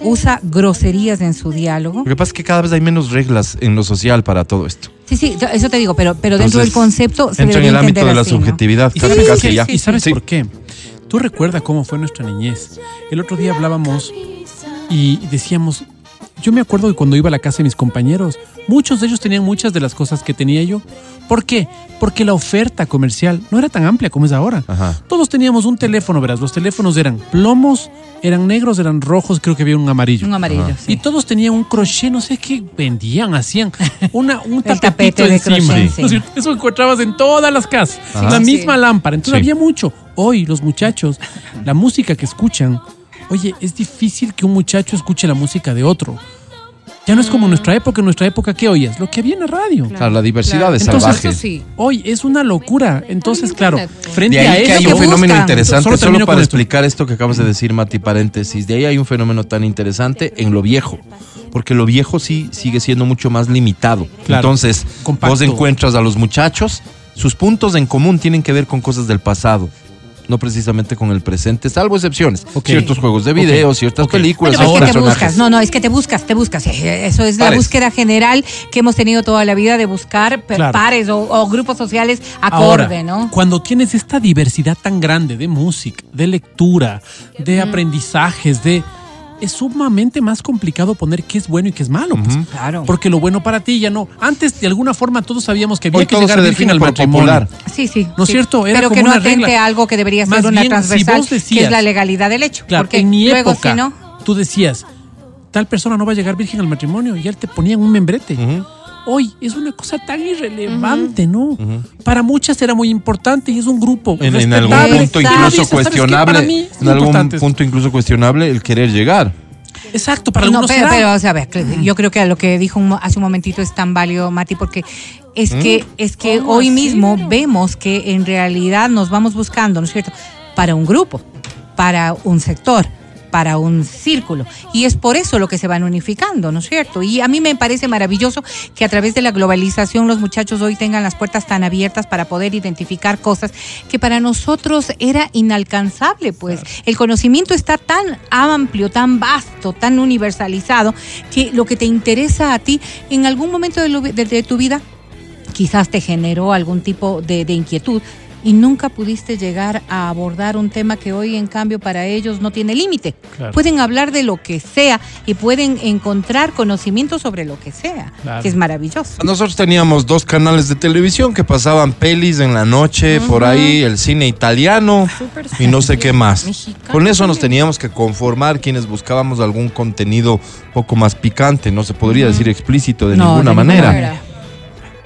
Usa groserías en su diálogo.
Lo que pasa es que cada vez hay menos reglas en lo social para todo esto.
Sí, sí, yo- eso te digo, pero, pero dentro
Entonces,
del concepto
entra
se
en
debería
el ámbito de
entender
la
así, ¿no?
subjetividad,
¿Y
casi,
sabes,
casi
qué?
ya.
¿Y sabes
Sí.
por qué? Tú recuerdas cómo fue nuestra niñez. El otro día hablábamos y decíamos, yo me acuerdo que cuando iba a la casa de mis compañeros, muchos de ellos tenían muchas de las cosas que tenía yo. ¿Por qué? Porque la oferta comercial no era tan amplia como es ahora.
Ajá.
Todos teníamos un teléfono, verás, los teléfonos eran plomos, eran negros, eran rojos, creo que había un amarillo.
Un amarillo,
Y
sí.
todos tenían un crochet, no sé qué vendían, hacían una, un
El
tapetito
tapete de
encima.
crochet,
¿No es
sí.
cierto? Eso encontrabas en todas las casas. La
Sí, sí,
misma
sí.
lámpara. Entonces
Sí.
había mucho. Hoy los muchachos, la música que escuchan, oye, es difícil que un muchacho escuche la música de otro. Ya no es como nuestra época. En nuestra época, ¿qué oías? Lo que había en la radio.
O sea, la diversidad es
Entonces,
salvaje.
eso sí.
Hoy es una locura. Entonces, claro, frente
De
a
ahí que
eso,
hay
que
un fenómeno
buscan.
interesante,
Solo
solo,
termino con
para
esto.
explicar esto que acabas de decir, Mati, paréntesis. De ahí hay un fenómeno tan interesante en lo viejo, porque lo viejo sí sigue siendo mucho más limitado.
Claro.
Entonces,
Compacto.
vos encuentras a los muchachos, sus puntos en común tienen que ver con cosas del pasado. No precisamente con el presente, salvo excepciones.
Ok.
Ciertos juegos de video, ciertas
Ok.
películas,
Bueno,
ciertos
pero es que te
personajes.
buscas. No, no, es que te buscas, te buscas. Eh, Eso es la
Pares.
búsqueda general que hemos tenido toda la vida de buscar pe-
Claro.
pares o, o grupos sociales acorde,
Ahora,
¿no?
cuando tienes esta diversidad tan grande de música, de lectura, de aprendizajes, de es sumamente más complicado poner qué es bueno y qué es malo, pues.
Claro.
Porque lo bueno para ti ya no. Antes de alguna forma todos sabíamos que había
Hoy
que
todo
llegar
se
virgen
define
al
por
matrimonio.
popular.
Sí, sí.
¿No es
sí.
cierto? Era
Pero que
como
no
una
atente
regla.
a algo que debería ser
Más
una
bien, si
transversal,
vos decías-
que es la legalidad del hecho.
Claro,
porque
en mi
luego,
época
si no,
tú decías tal persona no va a llegar virgen al matrimonio y él te ponían un membrete. Hoy es una cosa tan irrelevante, ¿no? Para muchas era muy importante y es un grupo.
En, en algún
respetable.
punto
Exacto.
Nadie dice,
incluso
"¿Sabes qué? Para mí
cuestionable,
es
en algún
importante esto".
punto incluso cuestionable el querer llegar.
Exacto, para
no,
algunos
pero,
será.
pero, o sea, a ver, yo creo que lo que dijo un- hace un momentito es tan válido, Mati, porque es
¿Mm?
que es que
¿Cómo
hoy
así,
mismo
no?
vemos que en realidad nos vamos buscando, ¿no es cierto? Para un grupo, para un sector para un círculo. Y es por eso lo que se van unificando, ¿no es cierto? Y a mí me parece maravilloso que a través de la globalización los muchachos hoy tengan las puertas tan abiertas para poder identificar cosas que para nosotros era inalcanzable, pues. El conocimiento está tan amplio, tan vasto, tan universalizado, que lo que te interesa a ti en algún momento de, lo- de- de tu vida quizás te generó algún tipo de, de inquietud y nunca pudiste llegar a abordar un tema que hoy en cambio para ellos no tiene límite.
Claro.
Pueden hablar de lo que sea y pueden encontrar conocimiento sobre lo que sea,
Claro.
que es maravilloso.
Nosotros teníamos dos canales de televisión que pasaban pelis en la noche, por ahí el cine italiano y no sé qué más.
Mexicano
Con eso nos
también.
teníamos que conformar quienes buscábamos algún contenido poco más picante, no se podría decir explícito de
No,
ninguna
de ninguna
manera.
manera.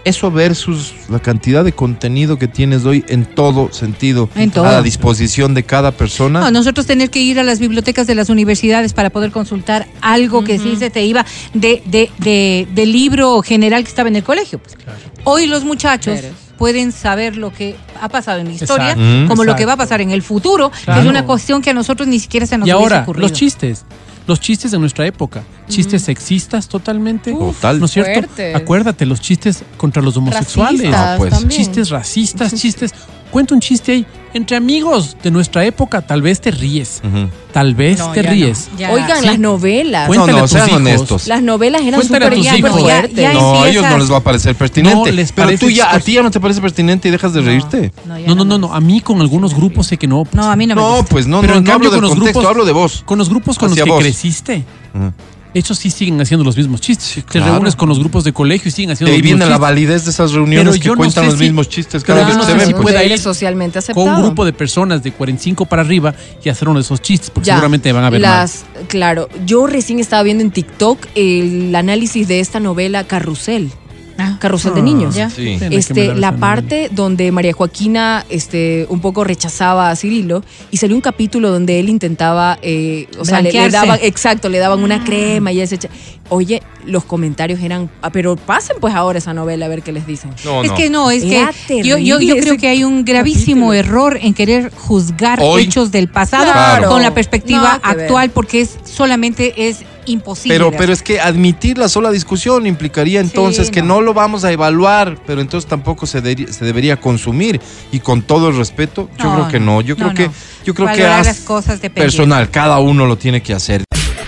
Eso versus la cantidad de contenido que tienes hoy en todo sentido,
En todo.
a la disposición de cada
Ah.
persona.
No, nosotros tener que ir a las bibliotecas de las universidades para poder consultar algo que sí se te iba de, de, de- del libro general que estaba en el colegio. pues. Hoy los muchachos
Pero-
pueden saber lo que ha pasado en la historia,
Exacto,
Mm.
como lo que
exacto.
va a pasar en el futuro, que
Claro.
es una cuestión que a nosotros ni siquiera se nos
Y
hubiese
ahora,
ocurrido.
los chistes. Los chistes de nuestra época. Chistes sexistas totalmente.
Uf, Total.
¿No es cierto?
fuertes.
Acuérdate, los chistes contra los homosexuales.
Racistas
Ah, pues.
también.
Chistes racistas, chistes. Cuenta un chiste ahí. Entre amigos de nuestra época, tal vez te ríes.
Ujú.
Tal vez
No,
te
ya
ríes.
no, ya.
Oigan,
Sí.
las novelas.
Cuéntale
No, no,
a tus
sean
hijos.
honestas.
Las novelas eran
Cuéntale a
súper
tus
ya,
hijos.
fuertes.
Ya- ya-
No, a ellos
empiezas-
no les va a parecer pertinente.
No les
pero
parece
tú ya, a
expuesto.
ti ya no te parece pertinente y dejas de reírte.
ya
No, no, no, no. A mí con algunos grupos sé que no. pues.
No, a mí no, me
No,
gusta.
pues no,
Pero
no,
en
no
cambio
hablo del
con los
contexto,
grupos-
hablo de vos.
Con los grupos con los
Hacia
que
vos.
creciste.
Ujú.
Esos sí siguen haciendo los mismos chistes.
Sí,
Te
claro.
reúnes con los grupos de colegio y siguen
Y
haciendo
ahí
los
viene
mismos
la
chistes.
validez de esas reuniones
Pero
que
yo no
cuentan
sé
los
si-
mismos chistes
pero
cada vez
yo
que
no
se
sé
ven.
si
pues.
pueda
puede
ir
ir socialmente aceptado.
con un grupo de personas de 45 para arriba y hacer uno de esos chistes, porque
Ya,
seguramente van a ver más.
las, Claro, yo recién estaba viendo en TikTok el análisis de esta novela Carrusel,
Ah,
Carrusel de
Ah,
Niños.
ya.
Sí.
Tiene que
Este,
mirar
la
esa
parte donde María Joaquina este, un poco rechazaba a Cirilo y salió un capítulo donde él intentaba, eh, o sea, le, le
Blanquearse. Ah.
daban, exacto, le daban una crema y ese. Oye, los comentarios eran, "Ah, pero pasen pues ahora esa novela a ver qué les dicen.
No,
Es
no.
que no, es que
Era
yo, yo, yo
terrible
creo
ese
que hay un gravísimo
capítulo.
error en querer juzgar
Hoy.
hechos del pasado
Claro.
con la perspectiva
Nada que ver.
actual porque es solamente es imposible.
Pero, pero es que admitir la sola discusión implicaría entonces que
no.
no lo vamos a evaluar, pero entonces tampoco se, deri- se debería consumir. Y con todo el respeto, yo
No,
creo que no. Yo
no,
creo que,
no.
yo creo que
Valorar
haz
las cosas dependiendo.
personal, cada uno lo tiene que hacer.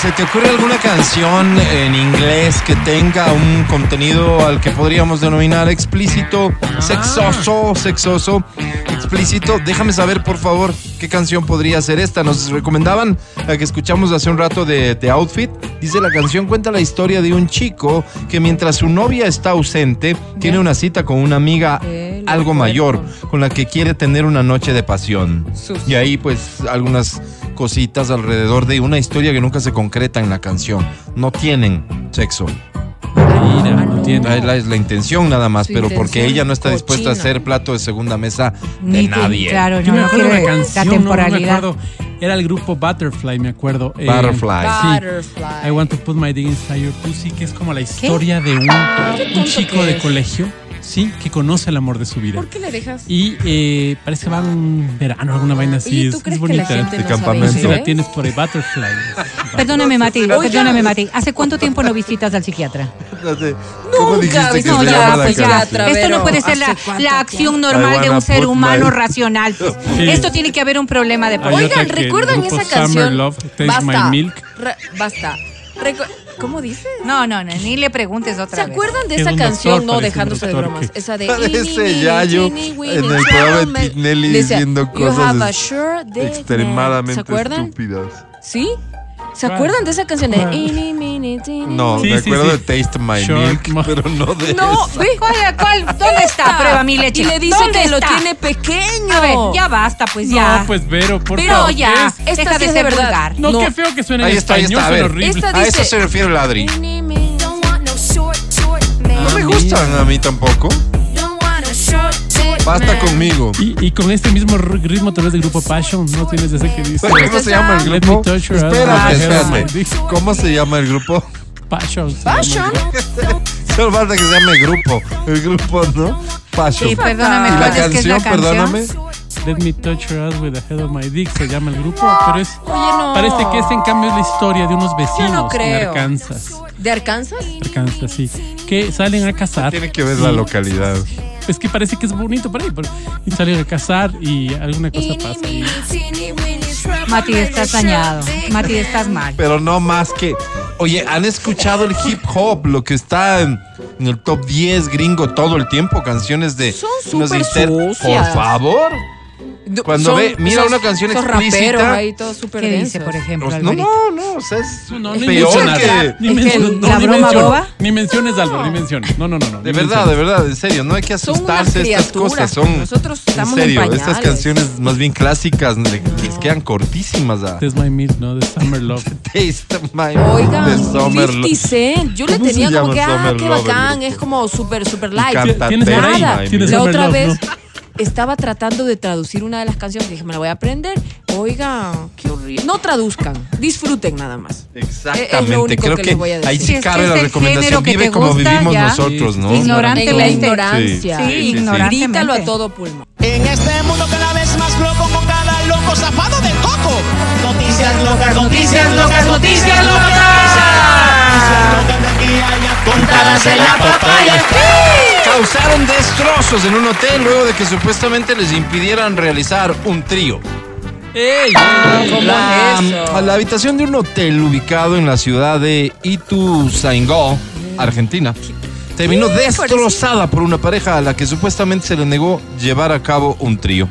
¿Se te ocurre alguna canción en inglés que tenga un contenido al que podríamos denominar explícito, sexoso, sexoso, explícito? Déjame saber, por favor, qué canción podría ser esta. Nos recomendaban la que escuchamos hace un rato de, de Outfit. Dice la canción cuenta la historia de un chico que mientras su novia está ausente, tiene una cita con una amiga
Del
algo mayor
cuerpo.
con la que quiere tener una noche de pasión.
Sus.
Y ahí pues algunas cositas alrededor de una historia que nunca se concreta en la canción. No tienen sexo.
Mira,
Ah,
no entiendo.
La- la- Es la intención nada más,
Ah, Su
pero porque
intención
ella no está dispuesta a
cochina.
ser plato de segunda mesa de
Ni te-
nadie.
Claro,
Yo
no,
me
no
acuerdo
quiero
una
la
canción, no, no me
temporalidad.
acuerdo. Era el grupo Butterfly, me acuerdo. Eh,
Butterfly.
Butterfly.
I want to put my dick inside your pussy, que es como la historia de un, un chico
que
de
es.
colegio, sí, que conoce el amor de su vida.
¿Por qué le dejas?
Y eh, parece que va un verano, alguna vaina así.
Oye,
Es,
¿tú
es
crees que
bonita.
la gente
De
no
campamento.
sabe eh?
Sí, la
inglés?
tienes por ahí,
(laughs)
Butterfly.
Perdóname, Mati,
Oigan.
perdóname, Mati. ¿Hace cuánto tiempo no visitas al psiquiatra?
¿Cómo
Nunca,
dijiste que
no,
se
ya,
llama la
pues ya,
canción?
otra vez.
Esto no
Pero,
puede ser la,
¿hace cuánto
la acción normal
I
de
wanna
un ser
put
humano
my-
racional.
Sí.
Esto tiene que haber un problema de
Hay
por
otra
Oigan,
que el
¿recuerdan
grupo
esa
Summer
canción?
Love, Taste My Milk.
Re- basta. Recu- ¿Cómo dice?
No, no, no, ni le preguntes
¿Se
otra vez.
acuerdan de
Es
esa
un
canción?
doctor,
no,
parece un
dejándose de
doctor
bromas.
que-
Esa de.
Parece
"Ini, ni,
Yayo
ni, ni,
en
ni,
el
ni,
programa de
ni".
Tinelli
Decía,
diciendo
"You have
cosas
a sure dick night". ¿Se acuerdan?
estúpidas.
¿Sí? ¿Se
¿Cuál?
acuerdan de esa canción de.
¿Cuál?
"Ini, mini, tini,
No,
ni"?
Sí,
me
sí,
acuerdo
sí.
de Taste My
Sure, ma-
Milk, pero no de
No,
eso.
ve.
¿Cuál, cuál, ¿Dónde está? Prueba mi leche.
Y le dice
¿Dónde
que lo
está?
tiene pequeño.
A ver, ya basta, pues ya.
No, pues Vero, por
Pero
favor.
ya.
¿qué es?
pues, Esta
Deja
sí
de
es
ser
verdad.
vulgar.
No,
No.
qué feo que suena en
Ahí está, ahí
español,
está, a
suena
ver.
horrible.
Esta
A eso
dice-
se refiere el ladri.
"Ini, mini,
Don't want no short, short man.
No me gustan a mí tampoco.
Don't want a short, short
Basta
man.
conmigo.
Y, y con este mismo r- ritmo tal vez del grupo Passion, ¿no tienes ese que dice?
¿Cómo se llama el
Let
grupo?
me touch your ass
Espérate,
with my
espérate.
hands.
¿Cómo se llama el grupo? (laughs)
Passion. se
Passion.
llama
Solo falta que se llame grupo. El grupo, ¿no? Passion.
Sí, perdóname,
y
¿cuál
la
es que es la
canción,
canción?
perdóname.
el- Let me touch your ass with the head of my dick, se llama el grupo, pero es...
Ah, Oye, no.
Parece que es en cambio la historia de unos vecinos
Yo no
en
creo.
Arkansas.
¿De Arkansas?
Arkansas, sí. Que salen a cazar.
Tiene que ver la
y-
localidad.
Es que parece que es bonito por ahí, pero y salen a cazar y alguna cosa pasa. y-
Mati, estás dañado. Mati, estás mal.
Pero no más que. Oye, ¿han escuchado el hip hop? Lo que está en, en el top 10 gringo todo el tiempo. Canciones de.
Son
unos
súper
inter- Por
sucias.
favor.
Du-
Cuando ve- mira una canción
esos
explícita.
raperos ahí todos súper
¿Qué dice,
densos.
por ejemplo?
Pues No,
Alvarito?
no, no. O sea, es
No, ni
peor
mencionas.
que.
Ni
Es que
mencionas. no,
la
ni
broma
mencionas.
boba.
Ni menciones, Álvaro, ni menciones. No, no, no. no
De
ni
verdad,
menciones.
de verdad, en serio, no hay que
Son unas
asustarse. Estas
criaturas,
cosas son.
nosotros
en
estamos en
serio,
pañales.
estas canciones más bien clásicas le- les quedan cortísimas a
This is Este my milk, ¿no? De Summer Love.
(laughs) Taste My de
Oigan,
Summer Lo-
50 Cent, yo le
¿Cómo se
tenía
llama
como que, ah,
Summer
qué
Love el
bacán,
grupo?
es como súper, súper
Y
light.
canta
Tienes
Taste
por ahí,
Nada.
My Milk.
tienes
La
Summer
otra
Love,
vez
¿no?
estaba tratando de traducir una de las canciones, dije, me la voy a aprender. Oigan, qué horrible. No traduzcan, disfruten nada más. Es lo
Exactamente,
único
creo
que
que,
les voy a decir.
ahí
Si
sí
es que
cabe
es
la
del
recomendación.
género que
Vive
te
como
gusta,
vivimos
ya.
nosotros, ¿no?
Ignorante.
En la
Ignorantemente.
ignorancia.
Sí, sí, sí.
Grítalo a
Ignorantemente.
todo pulmón.
En este mundo cada vez más loco con cada loco zafado de coco. Noticias locas, noticias locas, noticias locas. Noticias locas de aquí a allá, contadas en la papaya.
Causaron destrozos en un hotel luego de que supuestamente les impidieran realizar un trío. Ah,
¡Ey!
La, a la habitación de un hotel ubicado en la ciudad de Ituzaingó, Argentina, terminó destrozada por una pareja a la que supuestamente se le negó llevar a cabo un trío.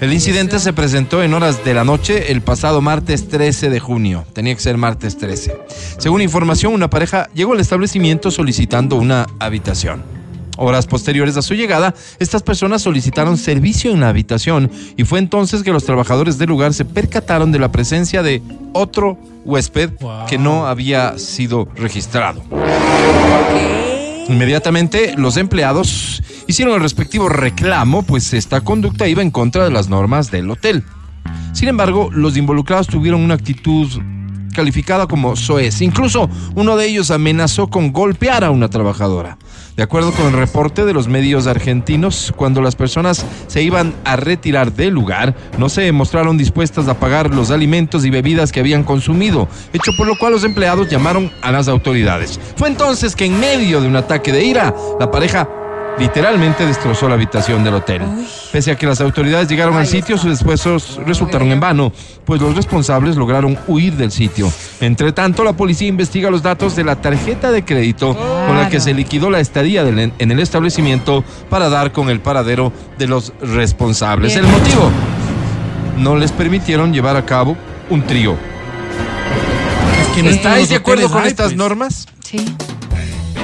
El incidente se presentó en horas de la noche el pasado martes 13 de junio. Tenía que ser martes 13. Según información, una pareja llegó al establecimiento solicitando una habitación. Horas posteriores a su llegada, estas personas solicitaron servicio en la habitación y fue entonces que los trabajadores del lugar se percataron de la presencia de otro huésped
Wow.
que no había sido registrado. Inmediatamente los empleados hicieron el respectivo reclamo, pues esta conducta iba en contra de las normas del hotel. Sin embargo, los involucrados tuvieron una actitud calificada como soez. Incluso uno de ellos amenazó con golpear a una trabajadora. De acuerdo con el reporte de los medios argentinos, cuando las personas se iban a retirar del lugar, no se mostraron dispuestas a pagar los alimentos y bebidas que habían consumido, hecho por lo cual los empleados llamaron a las autoridades. Fue entonces que en medio de un ataque de ira, la pareja literalmente destrozó la habitación del hotel. Pese a que las autoridades llegaron al sitio, sus esfuerzos resultaron en vano, pues los responsables lograron huir del sitio. Entre tanto, la policía investiga los datos de la tarjeta de crédito con la que se liquidó la estadía del- en el establecimiento para dar con el paradero de los responsables.
Bien.
El motivo, no les permitieron llevar a cabo un trío.
que no están
¿Estáis
los
de acuerdo
hoteles
con
ahí,
estas
pues.
normas?
Sí.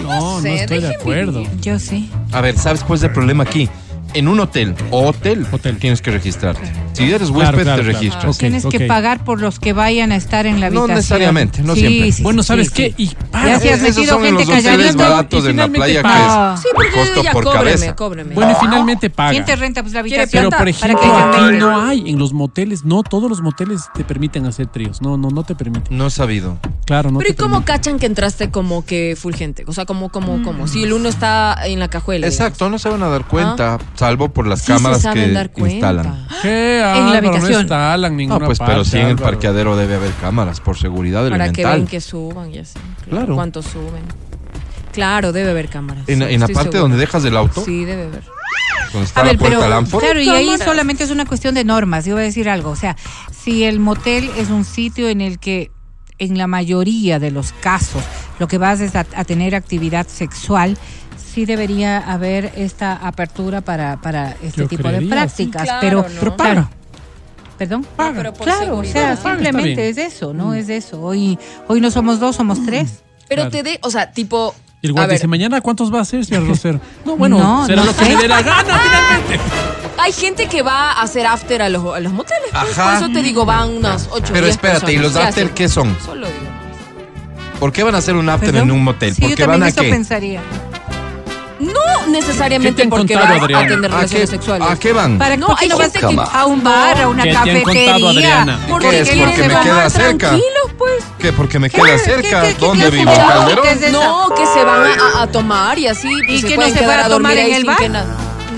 No, no estoy de acuerdo.
Yo sí.
A ver, ¿sabes cuál es el problema aquí? En un hotel o hotel, tienes que registrarte. Si eres
Claro,
huésped,
claro,
te
claro.
registras.
Ok,
Tienes que pagar por los que vayan a estar en la
No
habitación.
necesariamente, no
Sí,
siempre.
sí,
Bueno,
sí,
¿sabes
sí.
qué? Y
Ya si has
Esos
metido
son en
gente
los hoteles
callando.
baratos
y
en la
finalmente
playa
paga.
Sí,
que es
porque yo
costo
digo, ya,
por
cóbreme,
cabeza.
cóbreme.
Bueno, y finalmente paga.
¿Quién te renta pues la
¿Quiere
habitación?
Pero por ejemplo,
para que yo
aquí
me-
no hay, en los moteles, no todos los moteles te permiten hacer tríos. No, no, no te permiten.
No he sabido.
Claro, no
Pero ¿y
te
cómo
permiten.
cachan que entraste como que fulgente? O sea, como, como, como. Si el uno está en la cajuela.
Exacto, no se van a dar cuenta, salvo por las
Ah. Sí se
cámaras
saben dar
que
cuenta. (gasps)
instalan. Ah,
¿Qué?
En la
Álvaro, No
habitación.
instalan ninguna
No, pues, pero
parte,
sí en el
Álvaro.
parqueadero debe haber cámaras por seguridad
Para que
elemental.
vean que suban y así.
Claro.
¿Cuánto suben? Claro, debe haber cámaras.
En, en la
Estoy
parte
segura.
donde dejas el auto,
Sí, debe haber.
donde está
A ver,
la
pero
puerta al ánfora,
claro, y ahí
Cámaras.
solamente es una cuestión de normas. Yo voy a decir algo, o sea, si el motel es un sitio en el que en la mayoría de los casos lo que vas es a, a tener actividad sexual, sí debería haber esta apertura para, para este
Yo
tipo de
creería,
prácticas,
sí. Claro,
pero,
¿no? Pero
claro. ¿Perdón?
Paga. pero por
claro, o
seguridad. Mm.
sea,
Paga, está
simplemente
bien.
es eso, ¿no? Es eso. Hoy, hoy no somos dos, somos tres.
Pero
Claro.
te dé, o sea, tipo.
Y el
a
guardia
ver,
dice, mañana cuántos va a hacer,
(laughs)
señor Rosero. No, bueno,
No,
será
no
lo que
sé.
le dé la
(laughs)
gana finalmente.
hay gente que va a hacer after a los, a los moteles. pues,
Ajá.
Por eso te digo, van unas 8
Pero espérate, ¿y los after qué son?
Solo digo.
¿por qué van a hacer un after
¿Perdón?
en un motel?
Sí,
¿Por
yo
qué van
también
a
eso
qué?
pensaría.
No
¿Qué te
necesariamente
han
porque
contado,
van a
Adriana?
tener
¿A qué,
relaciones sexuales.
¿A qué van?
¿Para
No,
¿por qué
hay
no vas
gente que-
a un bar, a una
¿Qué te han
cafetería?
contado, Adriana?
¿Por
¿Qué
qué
es?
quieres
Porque me
llevar-
queda cerca.
Tranquilos, pues.
¿Qué? Porque me
¿Qué?
queda
¿Qué-
cerca.
qué- qué
¿Dónde vivo?
clase de
¿En
trabajo
Calderón?
es ese?
No, que se van a, a tomar y así. pues,
¿Y que no
pueden
se
quedar
van a tomar
dormir
en
ahí
el
sin
bar?
que na-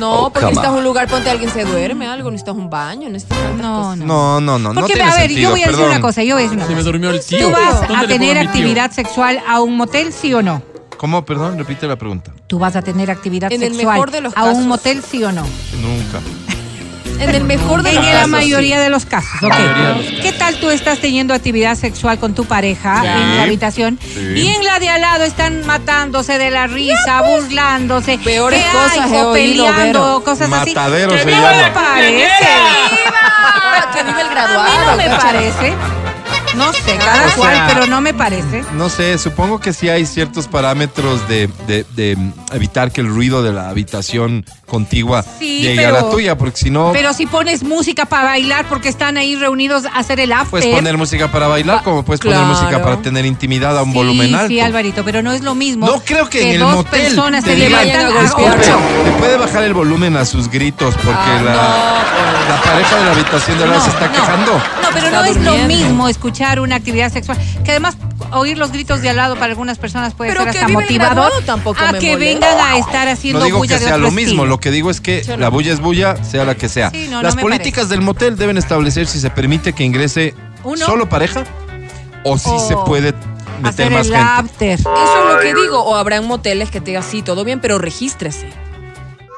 No,
Oh,
porque
come
necesitas
on.
un lugar, ponte alguien se duerme, algo, necesitas un baño, necesitas tantas
No,
cosas.
No, no, no, no
Porque,
tiene
a ver, yo
sentido,
voy a decir
perdón.
una cosa, yo voy a decir una
Se Ah, me
cosa.
durmió el tío.
¿Tú vas
¿Dónde
a
le pongo
tener
mi tío?
actividad sexual a un motel, sí o no?
¿Cómo? Perdón, repite la pregunta.
Tú vas a tener actividad
En el
sexual
mejor de los
a
casos.
un motel, sí o no.
Nunca.
En el mejor de
En
los
la
casos,
mayoría de los casos, ok.
mayoría de los
¿Qué tal tú estás teniendo actividad sexual con tu pareja
Sí.
en la habitación?
Sí.
Y en la de al lado están matándose de la risa, burlándose.
Peores
¿Qué
cosas
hay?
he
O
oído,
peleando,
Vero.
cosas así.
Matadero
Que
se
no
llama.
me parece.
¡Viva! Que vive el graduado.
A mí no me
cacha.
parece. No sé, cada
O sea,
cual, pero no me parece.
No sé, supongo que sí hay ciertos parámetros de, de- de mm, evitar que el ruido de la habitación contigua
Sí,
llegue a
pero-
la tuya, porque si no,
Pero si pones música para bailar porque están ahí reunidos a hacer el after.
puedes Pues poner música para bailar, como puedes
claro.
poner música para tener intimidad a un
sí,
volumen alto.
Sí, Alvarito, pero no es lo mismo.
No creo que, en el
dos
motel
personas
te
se
digan, "Ah,
levantan
"Vayan a
a
golpear".
"Disculpe,
ocho.
¿Le puede bajar el volumen a sus gritos? Porque
Ah,
la, la pareja de la habitación de al lado se está quejando.
pues. No, pero
Está
no es lo
durmiendo.
mismo escuchar una actividad sexual. Que además oír los gritos de al lado para algunas personas puede
Pero
ser
que
hasta
vive el
motivador.
graduado tampoco
a
me
que
molesta.
vengan a estar haciendo
No digo
bulla
que
de
sea
otro
lo mismo,
estilo.
lo que digo es que la bulla es bulla, sea la que sea.
Sí, no, no
Las
me
políticas del motel deben establecer si se permite que ingrese
Uno.
solo pareja o si
O
se puede meter
Hacer
más
el
gente.
after.
Eso es lo que digo. O habrán moteles que te digan, sí, todo bien, pero regístrese.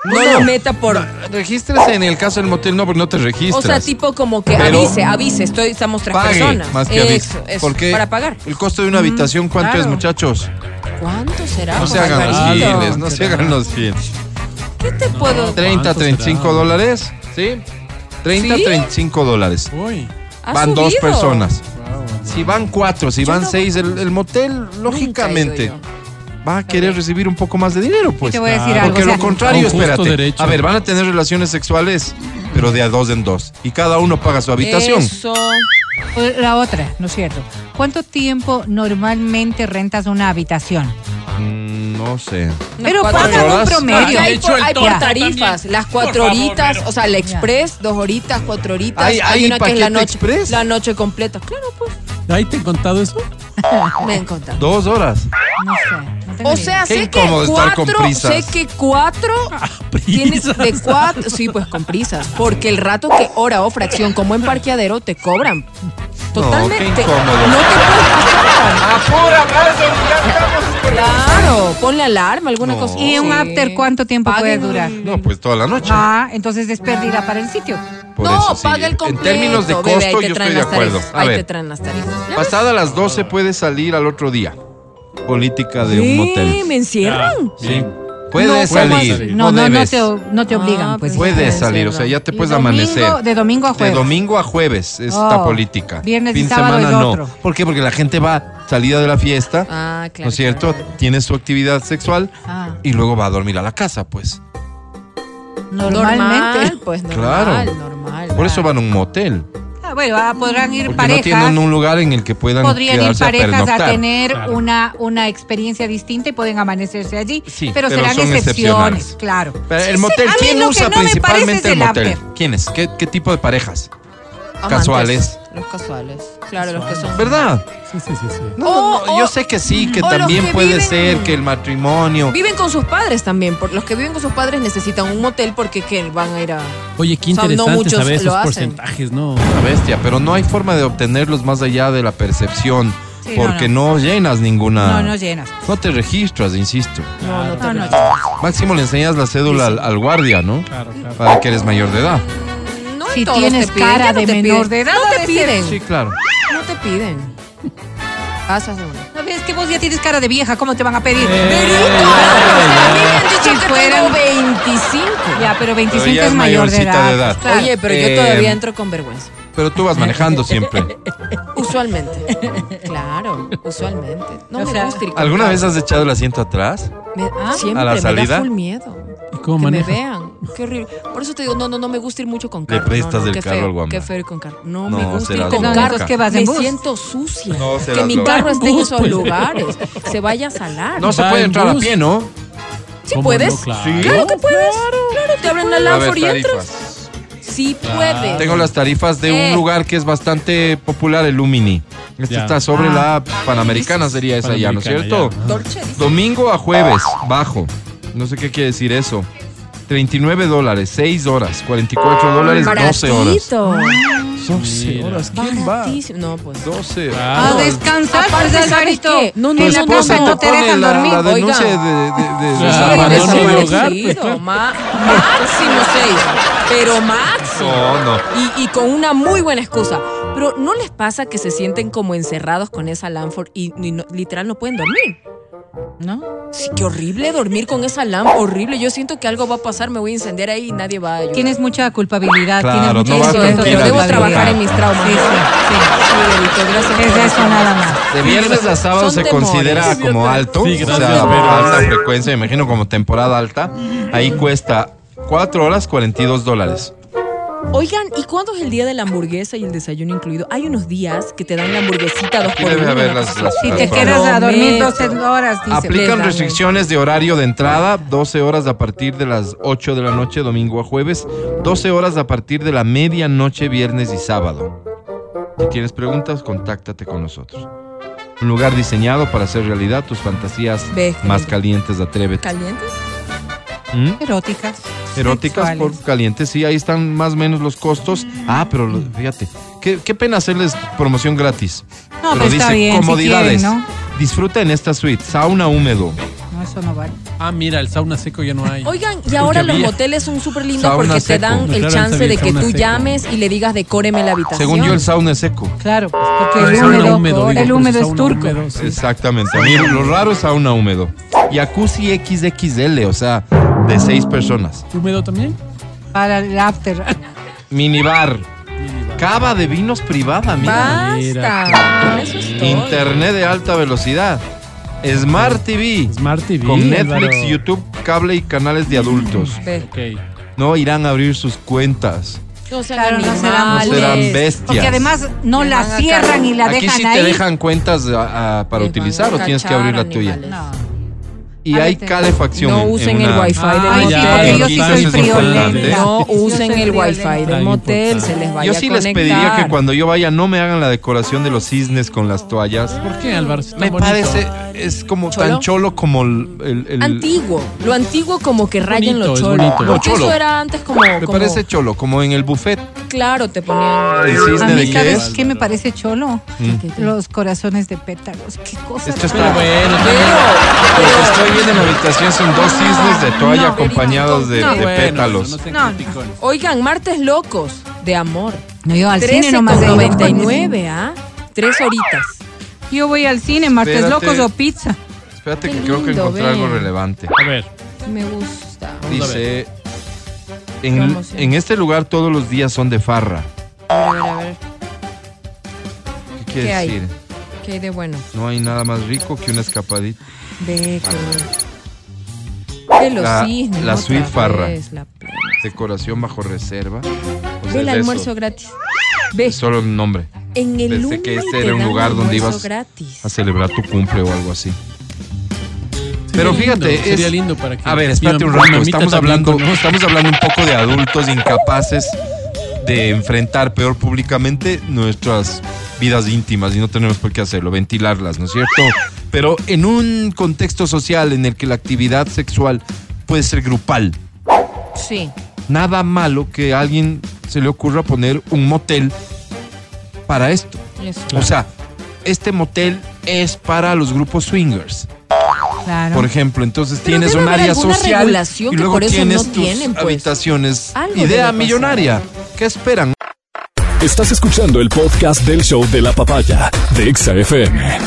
No
No.
lo meta por.
Regístrese en el caso del motel, no, porque no te registras.
O sea, tipo como que
Pero-
avise, avise, estoy, estamos tres
pague
personas.
más que
eso,
avise.
eso,
Porque
para pagar.
el costo de una habitación, ¿cuánto
claro.
es, muchachos?
¿Cuánto será?
No se
Juan
hagan los
Alvarito?
Alvarito.
fieles, no se hagan los fieles.
¿Qué te puedo?
30,
¿Cuánto
35
será?
dólares, ¿sí? 30,
¿Sí?
35 dólares.
Uy.
¿Ha
Van dos
subido?
personas. Si van cuatro, si
Yo
van
no-
seis, el, el motel, lógicamente,
Nunca he ido
va a querer recibir un poco más de dinero, pues.
te voy a decir
claro.
algo.
Porque
o sea,
lo contrario,
Con justo
espérate.
derecho.
A ver, van a tener relaciones sexuales, pero de a dos en dos. Y cada uno paga su habitación.
Eso.
La otra, ¿no es cierto? ¿Cuánto tiempo normalmente rentas una habitación?
Mm, no sé.
Unas
Pero
cuatro Ah,
pagan un
horas.
promedio.
Porque hay
hecho
por,
el
hay por
torta
tarifas,
también.
las cuatro
Por favor,
horitas,
Vero.
o sea, la express, dos horitas, cuatro horitas.
¿Hay- hay
una que es la
paquete
noche.
express?
La noche completa. Claro, pues.
¿Ahí te han contado eso?
Me han contado.
Dos horas.
No sé. no tengo
O
ni
sea,
Qué
sé que,
incómodo estar con
cuatro,
prisas.
sé que cuatro, tienes
prisas.
de cuatro, sí, pues con prisas, porque el rato que hora o fracción, como en parqueadero, te cobran. Totalmente.
qué incómodo.
No te puedes-
¡Apura, Marzo! ¡Ya estamos!
Claro, por ponle alarma, alguna
No.
cosa.
¿Y
Sí.
un after cuánto tiempo puede
Paguen
durar?
No, pues toda la noche.
Ah, entonces es pérdida para el sitio.
Por
no,
eso, sí.
paga el completo.
En términos de
bebé,
costo,
ahí
yo
te
estoy
traen
de
las
acuerdo.
tarifas,
A
ahí
ver.
te traen las tarifas. Ya ves.
Pasada las 12 puede salir al otro día. Política de
Sí,
un motel.
¿Me encierran?
Sí.
No,
Puede
¿cómo así?
salir.
No,
No,
no, no
debes.
te, no te obligan,
Ah,
pues.
pues,
Puede
puedes
salir, o sea,
hacerlo.
ya te
Y
puedes
domingo-
amanecer.
de domingo a jueves.
De domingo a jueves esta
Oh,
política.
viernes y
fin de
sábado
semana
es
no.
otro.
¿Por qué? Porque la gente va salida de la fiesta,
Ah, claro.
¿no es cierto?
claro, claro.
Tiene su actividad sexual
Ah,
y luego va a dormir a la casa, pues.
normalmente.
Normal, pues normal,
Claro.
normal.
Por eso van a un motel.
(laughs) Ah, bueno, ah, podrán ir
Porque no
parejas.
tienen un lugar en el que puedan
Podrían ir
quedarse
parejas a,
pernoctar.
tener
Claro.
una, una experiencia distinta y pueden amanecerse allí.
Sí,
pero,
pero
serán
son
excepciones,
excepcionales.
claro.
Pero
Sí,
el
sí,
motel,
a mí
¿quién
lo que
usa
no me parece es
principalmente el motel?
after.
¿Quiénes? ¿Qué, ¿Qué tipo de parejas?
Amantes,
Casuales.
Los casuales. Claro, los que son.
¿Verdad?
Sí, sí, sí. sí.
No, no,
O-
no,
o-
yo sé que sí, que
o los
también
que
puede
viven-
ser que el matrimonio.
Viven con sus padres también. Por, los que viven con sus padres necesitan un motel porque ¿qué? van a ir a.
Oye, qué
O sea, no
interesante
muchos
saber
lo
esos
hacen.
porcentajes, ¿no?
Una bestia, pero no hay forma de obtenerlos más allá de la percepción,
Sí, no,
porque no, llenas ninguna.
No, no llenas.
No te registras, insisto.
No, no,
No,
te
no
no,
llenas.
Máximo le enseñas la cédula al, al guardia, ¿no?
Claro, claro.
Para que eres mayor de edad.
no
Si
todos
tienes
te piden,
cara
ya no
de
te piden.
menor de edad,
No
a
te
veces-
piden.
Sí, claro.
No te piden. Pasas de una.
No ves que vos ya tienes cara de vieja, ¿cómo te van a pedir?
Eh,
A mí me han
Si
dicho que
fueran-
tengo 25.
Ya, pero 25
Pero ya
es
es
mayor de
mayorcita
edad.
de edad.
pues, claro.
Oye, pero
Eh,
yo todavía entro con vergüenza.
Pero tú vas manejando siempre.
(laughs) Usualmente.
(laughs)
claro, usualmente. No
O
me
sea,
gusta ir con
¿Alguna
cara.
vez has echado el asiento atrás?
Me-
¿Ah?
Siempre
¿A la
me
salida?
da full miedo.
¿Y cómo
que
manejas?
me vean. Qué horrible. Por eso te digo, no, no, no me gusta ir mucho con carro. No,
prestas
no,
el
qué
carro
feo,
al guamán.
Qué feo ir con carro. No,
No,
me gusta ir
serás
con
loca.
carro.
No, es que vas en
me
bus.
siento sucia.
No,
que
serás
mi
loca.
carro esté en
Bus,
esos
pues.
lugares. Se vaya a salar.
No se
Va
puede
en
entrar a
bus.
pie, ¿no?
¿Sí
¿Cómo
puedes?
no? Claro.
Sí.
Claro que puedes. Claro, te abren la
A ver,
lámpara y entras.
tarifas.
Sí puedes.
Tengo las tarifas de
Eh.
un lugar que es bastante popular, el Lumini. Este
Ya.
está sobre
Ah.
la Panamericana, sería esa ya, ¿no es
Panamericana,
cierto? Domingo a jueves, bajo. No sé qué quiere decir eso. 39 dólares, 6 horas, 44 dólares, 12 horas.
Baratito.
12
Mira.
horas, ¿quién va?
Baratísimo. No, pues.
12 horas.
Ah,
A descansar, pues,
Aparte, ¿sabes
Alvarito.
qué? No,
Tu
no, no, no,
esposa
no
no
te
pone
dejan
la,
dormir,
la
oiga.
denuncia de, de- de- de
Claro,
desaparecido.
abandono Ah, el hogar, pues,
Desaparecido,
claro.
ma- máximo seis, pero máximo.
No, no.
Y, y con una muy buena excusa. Pero ¿no les pasa que se sienten como encerrados con esa Lanford y, y no- literal no pueden dormir?
¿No?
Sí, qué horrible dormir con esa Lanford, horrible. Yo siento que algo va a pasar, me voy a incendiar ahí y nadie va a ayudar.
Tienes mucha culpabilidad.
Claro,
tienes
no
mucho
vas
Eso es,
sentimiento de
yo
tranquila,
debo
de
trabajar
verdad.
en mis traumas.
Sí, sí,
Sí, Verito, gracias.
sí.
por
Es eso
eso.
nada más.
De viernes a sábado
Son
se
temores.
considera como alto,
Sí,
o
gracias,
sea,
Vero.
alta frecuencia, me imagino como temporada alta. Ahí cuesta 4 horas 42 dólares.
Oigan, ¿y cuándo es el día de la hamburguesa y el desayuno incluido? Hay unos días que te dan la hamburguesita dos
Aquí
por
debe
uno,
haber
una
las-
cosa
las-
así.
Si
las
te quedas a dormir
Prometo.
12 horas, dice. pues,
Aplican
les dan
restricciones de horario de entrada, 12 horas a partir de las 8 de la noche, domingo a jueves, 12 horas a partir de la medianoche, viernes y sábado. Si tienes preguntas, contáctate con nosotros. Un lugar diseñado para hacer realidad tus fantasías
Ve.
más calientes, atrévete.
¿Calientes?
¿Mm?
Eróticas.
Eróticas
sexuales.
por calientes, sí, ahí están más o menos los costos. Ah, pero lo- fíjate, qué, qué pena hacerles promoción gratis.
No, pero está bien, si
comodidades.
quieren,
Disfruta en esta suite, sauna húmedo.
No, eso no vale.
Ah, mira, el sauna seco ya no hay.
Oigan, y ahora los
había.
moteles son súper lindos
Sauna
porque te
seco.
dan el
Claro,
chance
sabía,
de que
sauna
tú
seco.
llames y le digas decóreme la habitación.
Según yo, el sauna es seco.
Claro, pues, porque
Ah, El
el
sauna
húmedo,
húmedo, digo,
el
por
húmedo
el
es
sauna
turco.
húmedo, sí.
Exactamente. A mí lo raro es sauna húmedo. Jacuzzi XXL, o sea, de seis personas.
¿Húmedo también?
Para el after.
Minibar. Cava de vinos privada, mira.
Basta. Con eso es todo.
Internet de alta velocidad. Smart TV.
Smart TV.
Con Netflix,
Álvaro.
YouTube, cable y canales de adultos.
Ve.
Ok.
No irán a abrir sus cuentas.
No sean
Claro, no serán
animales.
No serán bestias.
Porque además no
Le
la
van a
cierran y la
Aquí
dejan
sí
ahí.
te dejan cuentas ah, ah, para
Les van a
utilizar o tienes que
cachar,
abrir la tuya.
animales.
No.
Y
A
hay
ver, te-
calefacción.
No
en- en
usen el
una-
wifi
Ah,
del
Ay, sí,
ya,
motel.
porque yo
lo
sí
tan
soy
importante.
friolenta.
No
Yo
usen
soy
el wifi
friolenta.
del
Tan
motel, se
importante.
les vaya
¿Eh? Yo
a
sí les
conectar.
pediría que cuando yo vaya no me hagan la decoración de los cisnes con las toallas.
¿Por qué, Álvaro? Si es tan
Me
bonito.
parece, es como
¿Cholo?
tan cholo como el. el- el-
Antiguo, lo antiguo como que rayen
Bonito,
los
es
cholos.
bonito. No,
Porque
cholo.
eso era antes como,
Me
como-
parece cholo, como en el buffet.
claro, te ponían.
El cisne
A mí,
de qué
¿sabes
es.
qué me parece cholo?
Mm.
Los corazones de pétalos. Qué cosa.
Esto está
tan-
bueno. Lo que estoy viendo en la habitación son dos cisnes de toalla acompañados de,
no.
de
Bueno,
pétalos.
No, no. Oigan, martes locos de amor.
No, yo al cine
13
nomás
con
he ido.
99, ¿ah? Tres horitas.
Yo voy al cine, martes
Espérate.
locos o pizza.
Espérate que
Qué
creo que
lindo,
encontré
ven.
algo relevante.
A ver.
Me gusta.
Dice, en,
Vamos, sí.
en este lugar todos los días son de farra.
A ver, a ver,
¿Qué
¿Qué,
quiere
hay?
decir?
¿Qué hay de bueno?
No hay nada más rico que una escapadita.
Ve
Ah.
que. De los
La-
cisnes.
la
otra
suite farra.
vez, la-
Decoración bajo reserva. O sea,
Ve
es
el
eso.
almuerzo gratis. Ve.
Es Solo el nombre.
En el
Pensé
Uno
que este
te
era un
dan
lugar donde
almuerzo
ibas
gratis.
a celebrar tu cumple o algo así. Pero
lindo,
fíjate, es-
sería lindo para que
a ver, espérate
mi-
un
mi
rato.
mamita
Estamos
también
hablando,
conozca.
estamos hablando un poco de adultos incapaces de enfrentar peor públicamente nuestras vidas íntimas y no tenemos por qué hacerlo, ventilarlas, ¿no es cierto? Pero en un contexto social en el que la actividad sexual puede ser grupal,
Sí.
nada malo que a alguien se le ocurra poner un motel para esto.
Eso.
O sea, este motel es para los grupos swingers.
Claro.
Por ejemplo, entonces
Pero
tienes
debe
un
haber
área
alguna
social
regulación
y
que
luego
por eso
tienes
no
tus
tienen, pues.
habitaciones.
Algo debe
Idea
pasar.
millonaria. ¿Qué esperan?
Estás escuchando el podcast del show de la papaya de Exa FM.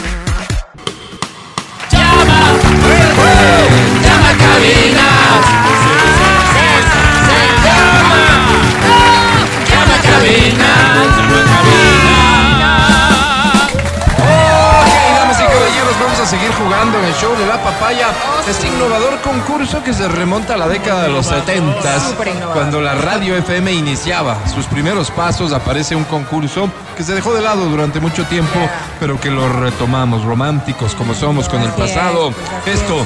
Ok, damas y caballeros, vamos a seguir jugando en el show de la papaya. Este innovador concurso que se remonta a la década de los 70
Súper innovador.
cuando la radio FM iniciaba sus primeros pasos, aparece un concurso que se dejó de lado durante mucho tiempo, pero que lo retomamos románticos como somos con el
Así es,
pasado.
pues así
Esto,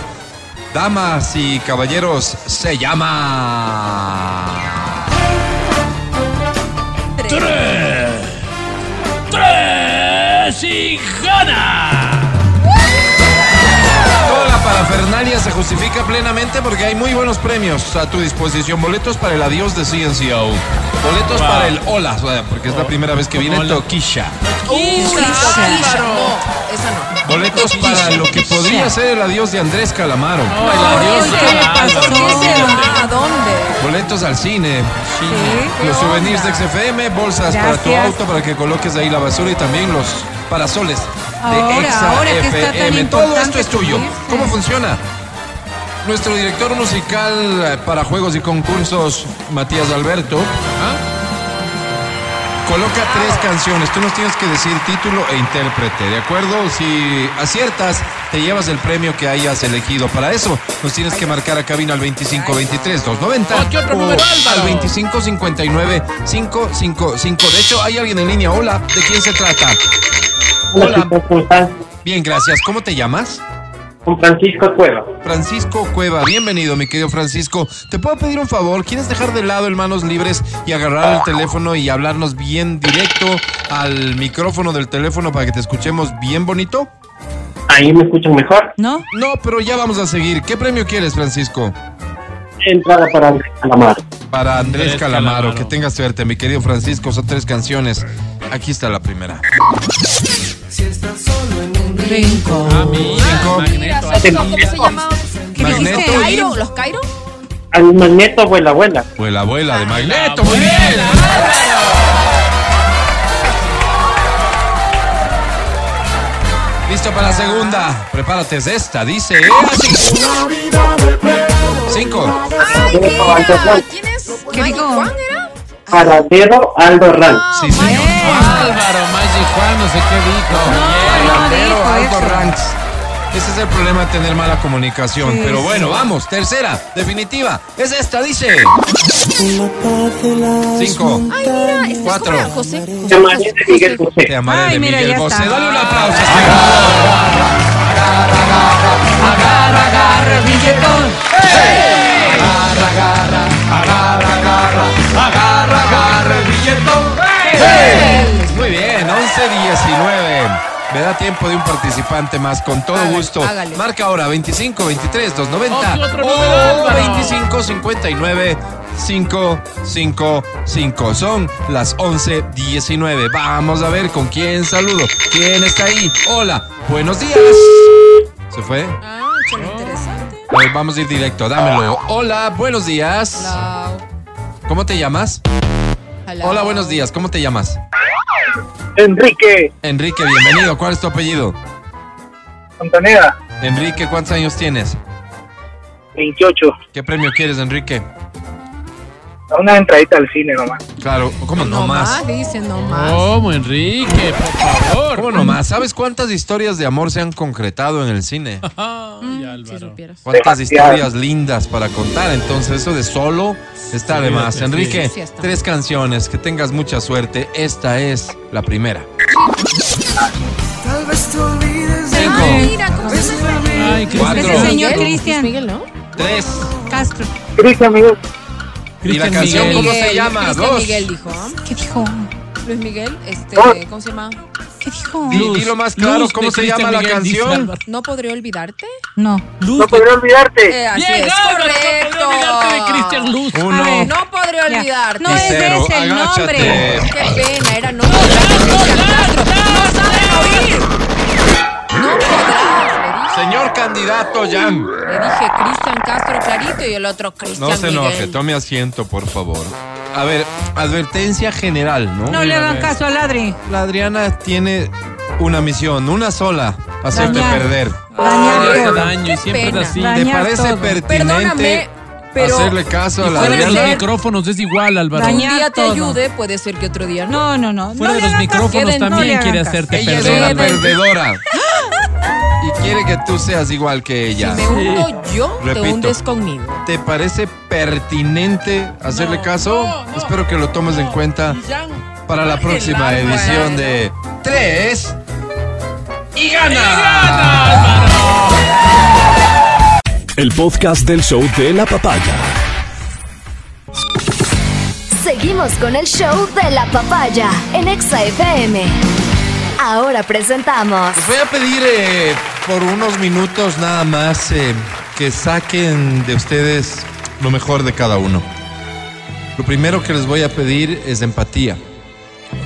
damas y caballeros, se llama Toda la parafernalia se justifica plenamente porque hay muy buenos premios a tu disposición. Boletos para el adiós de CNCO. Boletos para el hola, o sea, porque es la primera vez que viene Toquisha.
Uy, esa no, esa no.
Boletos para lo que podría ser el adiós de Andrés Calamaro.
¿Por qué se va? ¿A dónde?
Boletos al cine.
¿qué
Los souvenirs de
onda?
XFM, bolsas para tu
Gracias.
auto para que coloques ahí la basura y también los parasoles de
Ahora,
Exa
ahora que está tan
FM. Todo esto
importante
es tuyo.
subirse.
¿Cómo funciona? Nuestro director musical eh, para juegos y concursos, Matías Alberto, ¿ah? coloca tres canciones. Tú nos tienes que decir título e intérprete, ¿de acuerdo? Si aciertas, te llevas el premio que hayas elegido. Para eso, nos tienes que marcar a cabina al 2523-290 o al 2559-555. De hecho, hay alguien en línea. Hola, ¿de quién se trata? Hola. Bien, gracias. ¿Cómo te llamas?
Con Francisco Cueva.
Francisco Cueva, bienvenido mi querido Francisco. ¿Te puedo pedir un favor? ¿Quieres dejar de lado el manos libres y agarrar el teléfono y hablarnos bien directo al micrófono del teléfono para que te escuchemos bien bonito?
Ahí me escuchan mejor.
¿No?
No, pero ya vamos a seguir. ¿Qué premio quieres, Francisco?
Entrada para Andrés Calamaro.
Para Andrés,
Andrés
Calamaro.
Calamaro.
que tengas suerte, mi querido Francisco. Son tres canciones. Aquí está la primera.
Rincón.
Ah,
Cinco.
Mira, ¿sabes ¿Cómo se llamaba?
¿Qué
Magneto y-
dijiste?
¿Cairo? ¿Los Cairo?
Al magneto, abuela, abuela.
Abuela, Pues abuela
Ah,
de Magneto. Muy bien. Listo para la segunda. Prepárate, es esta. Dice así. Cinco.
Ay, mira. ¿Quién es?
¿Qué
¿Maggie
digo?
Juan era?
Para Dedo Aldo Ran.
Ah,
Sí, señor.
Maggie Juan.
Álvaro Magic Juan, no sé qué dijo.
no
Pero
dijo
alto
eso.
ranks. Ese es el problema de tener mala comunicación.
Sí,
Pero
sí.
bueno, vamos. Tercera, definitiva. Es esta, dice. Cinco.
Ay, mira. este
Cuatro.
¿cómo era? José. José,
Te amaré
José,
de Miguel
José.
Te
José.
amaré
Ay,
de
mira,
Miguel
ya
Bosé.
está.
Dale un aplauso. a este Muy bien, 11-19. Me da tiempo de un participante participante más, con todo
Hágale,
gusto.
hágale.
Marca ahora 25 23 290
Oh, qué otro número,
o
Álvaro.
25 59 555. Son las 11:19. Vamos a ver con quién saludo. ¿Quién está ahí? Hola, buenos días. ¿Se fue?
Ah, chelo interesante.
A ver, vamos a ir directo, dámelo. Hola, buenos días. ¿Cómo te llamas? Hola, buenos días. ¿Cómo te llamas?
Enrique.
Enrique, bienvenido. ¿Cuál es tu apellido?
Montaneda.
Enrique, ¿cuántos años tienes?
28.
¿Qué premio quieres, Enrique?
Una entradita al cine nomás.
Claro, ¿cómo no más?
dice, no más.
¿Cómo, Enrique? Por favor. ¿Cómo no más? ¿Sabes cuántas historias de amor se han concretado en el cine?
si supieras.
¿Cuántas
Demasiado.
historias lindas para contar? Entonces, eso de solo está de más.
sí,
Enrique,
sí está.
tres canciones. Que tengas mucha suerte. Esta es la primera.
Tal vez te olvides de
Cinco.
mí.
Mira, ¿cómo se llama?
Ay,
Ese
cuatro,
señor
Miguel, Luis
Cristian
Miguel, ¿no?
tres.
Castro.
Cristian Miguel.
¿Y la
Cristian
canción
Miguel.
cómo
Miguel,
se llama?
Cristian
Dos.
Miguel dijo. ¿ah?
¿Qué dijo?
Luis Miguel, este, ¿cómo se llama?
¿Qué dijo?
Di- dilo más claro,
Luz
¿cómo
de
se
Cristian
llama la
Miguel, dice
canción?
Álvaro.
No podré olvidarte.
No.
Luz
No
de-
podré olvidarte.
Eh, así
Bien,
es,
Álvaro,
correcto.
no podré olvidarte de Cristian Luz.
Uno.
A ver,
No podré
Ya.
olvidarte.
No
Y
es
cero,
ese el
agáchate.
nombre.
Qué pena, era no podrás Cristian Castro. No saben oír. No podrás.
Señor candidato Jan.
Le dije, le dije Cristian Castro clarito y el otro Cristian
No se
Miguel.
enoje, tome asiento, por favor. A ver, advertencia general, ¿no?
No le hagan caso al Adri.
La Adriana tiene una misión, una sola, hacerte
Dañar.
perder.
Ay,
Dañar
hace
todo.
daño y
Qué
siempre es
pena.
así.
Dañar
¿Te parece
todo.
pertinente
Perdóname, pero
hacerle caso a la
puede
Fuera de los
ser-
Adriana?
micrófonos es igual, Álvaro.
un
Dañar
día te
todo.
ayude, puede ser que otro día no.
No, no, no.
Fuera
no
de
le
los
hagan
micrófonos
caso. No le
también
hagan
quiere
caso.
hacerte
Ella es
perder.
una
Queden.
perdedora. Y quiere que tú seas igual que
Si
ella.
me hundo yo, te
Repito.
hundes conmigo.
¿Te parece pertinente hacerle
No,
caso?
no, no,
Espero que lo tomes en cuenta
Jan,
para la próxima
largo,
edición
Adriana.
de 3 y gana.
El podcast del show de la papaya.
Seguimos con el show de la papaya en Exa FM. Ahora presentamos
Les voy a pedir eh, por unos minutos nada más eh, que saquen de ustedes lo mejor de cada uno. Lo primero que les voy a pedir es empatía.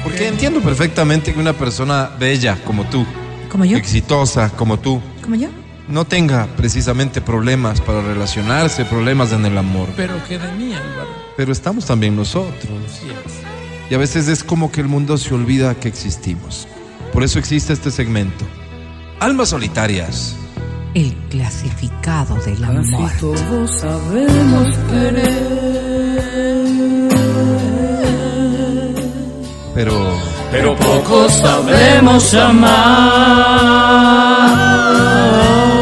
Porque entiendo perfectamente que una persona bella como tú,
Como yo.
exitosa como tú,
Como yo.
no tenga precisamente problemas para relacionarse, problemas en el amor.
Pero que de mí, Álvaro.
Pero estamos también nosotros.
Sí es.
Y a veces es como que el mundo se olvida que existimos. Por eso existe este segmento. Almas solitarias.
El clasificado del
Ah,
amor.
Pero
Pero poco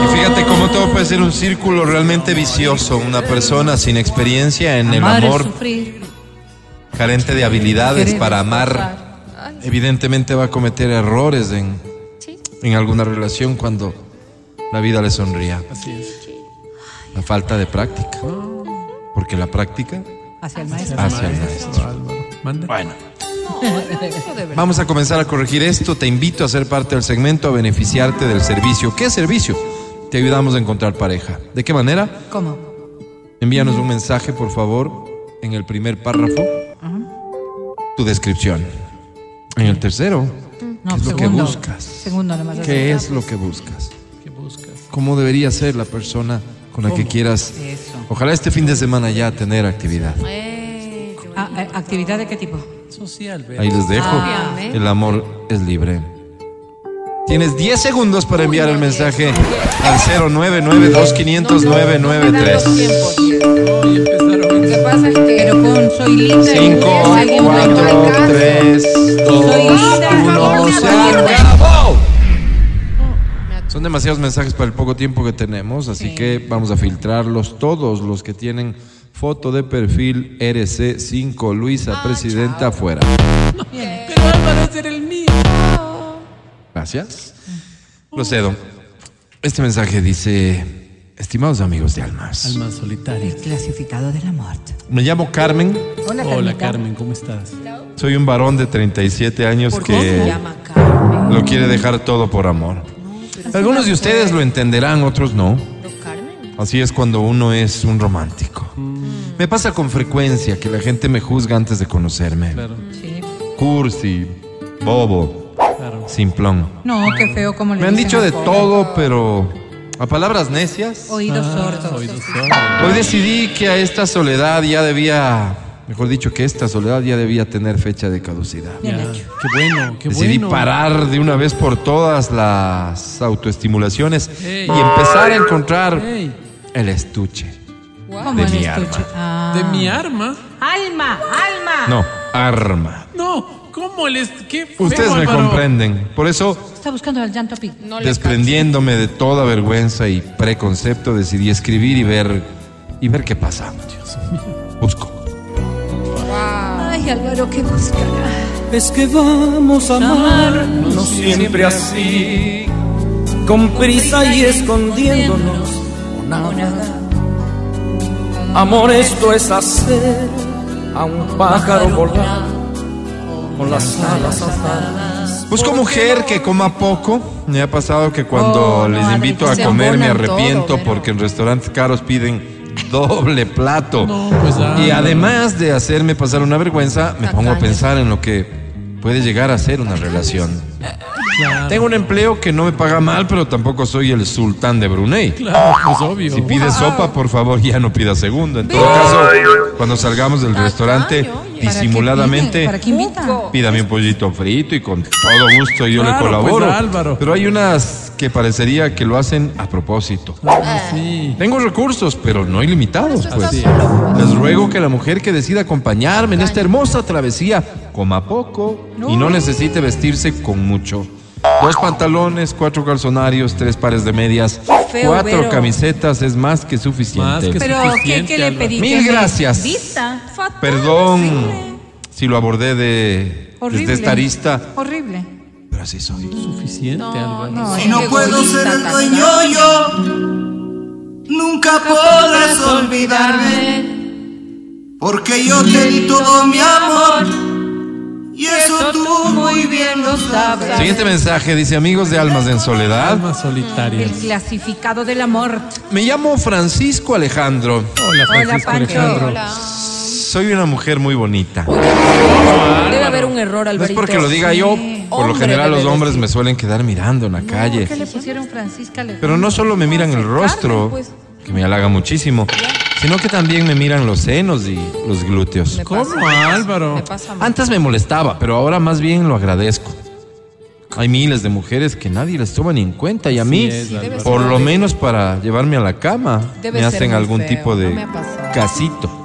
y fíjate cómo todo puede ser un círculo realmente vicioso. Una persona sin experiencia en el
Amar es
amor,
sufrir.
carente de habilidades
Querer
para
es
amar, evidentemente va a cometer errores en, en alguna relación cuando la vida le sonría.
Así es.
La falta de práctica. Porque la práctica
Hacia el maestro.
hace al maestro.
Álvaro. Manda.
Bueno.
Eso de verdad.
Vamos a comenzar a corregir esto. Te invito a ser parte del segmento, a beneficiarte del servicio. ¿Qué servicio? Te ayudamos a encontrar pareja. ¿De qué manera?
¿Cómo?
Envíanos un mensaje, por favor, en el primer párrafo, tu descripción. En el tercero, ¿qué
No,
es lo que
segundo.
buscas?
Segundo nomás.
¿Qué es lo que buscas?
¿Qué buscas?
¿Cómo debería ser la persona con la que quieras?
Eso.
Ojalá este fin de semana ya tener actividad.
Eh, qué bonito.
Ah, eh, ¿Actividad de qué tipo?
Social, ve.
Ahí les dejo.
Ah, ¿eh?
Obviamente.
El amor es libre. Tienes 10 segundos para enviar el mensaje al 099 2500 993
Hoy empezaron.
Lo que pasa es
Pero
que
con soy linda.
5,
Alguien me
4,
toca.
3, 2,
linda,
1,
jabosa,
se
linda.
acabó. Son demasiados mensajes para el poco tiempo que tenemos, así que vamos a filtrarlos todos los que tienen foto de perfil RC5 Luisa, presidenta, afuera.
Pero Álvaro, ese era el mío.
Gracias. Procedo. Este mensaje dice, estimados amigos de Almas,
Alma solitaria.
El clasificado de la muerte.
me llamo Carmen,
Hola,
Hola, Carmen, ¿cómo estás?
soy un varón de 37 años
¿Por qué se
que
llama Carmen?
lo quiere dejar todo por amor. Algunos de ustedes lo entenderán, otros no.
Carmen. Mm.
Así es cuando uno es un romántico. Me pasa con frecuencia que la gente me juzga antes de conocerme.
Sí.
Cursi, bobo, simplón.
No, qué feo como le
Me han
dicen
dicho
al
de
pobre.
todo, Ah, pero a palabras necias.
Oídos sordos.
Hoy decidí que a esta soledad ya debía, mejor dicho, que esta soledad ya debía tener fecha de caducidad.
Ya, Qué bueno, qué
Decidí
bueno.
parar de una vez por todas las autoestimulaciones
Ey.
y empezar a encontrar
Ey.
el estuche.
¿Cómo
De
eres
mi
tú,
arma.
chica? Ah.
De mi arma.
Alma, alma.
No, arma.
No, ¿cómo les.? ¿Qué feo,
Ustedes me
Álvaro.
comprenden. Por eso,
Está buscando al llanto pic. No
desprendiéndome de toda vergüenza y preconcepto, decidí escribir y ver y ver qué pasa. Busco.
Ay, Álvaro, qué buscará.
Es que vamos a amarnos siempre así, con prisa y escondiéndonos o nada. Amor, esto es hacer a un pájaro volar con las alas atadas.
Busco Pues mujer que coma poco. Me ha pasado que cuando
Oh, no,
les
Adri,
invito a
se
comer me
abonan todo,
arrepiento
pero-
porque en restaurantes caros piden doble plato.
No, pues,
y
Álvaro.
además de hacerme pasar una vergüenza, me pongo a
Tacaño.
pensar en lo que puede llegar a ser una relación.
Claro,
Tengo un empleo que no me paga mal, pero tampoco soy el sultán de Brunei.
claro, pues obvio.
Si pides sopa, por favor, ya no pida segundo. En todo caso, cuando salgamos del restaurante,
Tacaño, oye.
disimuladamente...
¿Para qué invita?
Pídame un pollito frito y con todo gusto yo le
Claro,
colaboro.
pues, Álvaro.
Pero hay unas que parecería que lo hacen a propósito.
Ah, sí.
Tengo recursos, pero no ilimitados, pues.
Sí.
Les ruego que la mujer que decida acompañarme en esta hermosa travesía coma poco y no necesite vestirse con mucho. Dos pantalones, cuatro calzonarios, tres pares de medias,
Feo,
cuatro
Vero.
camisetas es más que
Más
suficiente.
que
Pero, ¿qué,
Suficiente,
¿qué le
Álvaro.
pedí?
Mil
¿Que me
gracias.
vista?
Fatal, horrible.
Perdón si lo abordé de,
Horrible.
desde esta arista,
Horrible.
pero así soy.
Suficiente, Álvaro.
No,
No
qué
puedo
egoísta,
ser el
tan-
dueño yo, nunca podrás olvidarme, porque yo te di todo mi amor, y eso tú muy bien lo sabes.
Siguiente mensaje dice amigos de Almas en Soledad.
Alma solitaria.
El clasificado del amor.
Me llamo Francisco Alejandro.
Hola, Francisco
Pancho.
Alejandro.
Soy una mujer muy bonita.
Debe haber un error,
No es
Alvarito.
porque lo diga yo, por lo
Hombre
general los
debe
hombres
decir.
me suelen quedar mirando en la
¿Qué
calle.
le pusieron Francisca Alejandro?
Pero no solo me miran el rostro,
pues.
que me halaga muchísimo, sino que también me miran los senos y los glúteos.
Me
¿Cómo,
pasa-
Álvaro?
Me pasa mal.
Antes me molestaba, pero ahora más bien lo agradezco. Hay miles de mujeres que nadie les toma ni en cuenta y a
Así
mí,
es, Debe Álvaro.
por
ser
lo
horrible.
menos para llevarme a la cama,
Debe
me
ser
hacen
muy
algún
feo,
tipo de
no me ha pasado.
casito.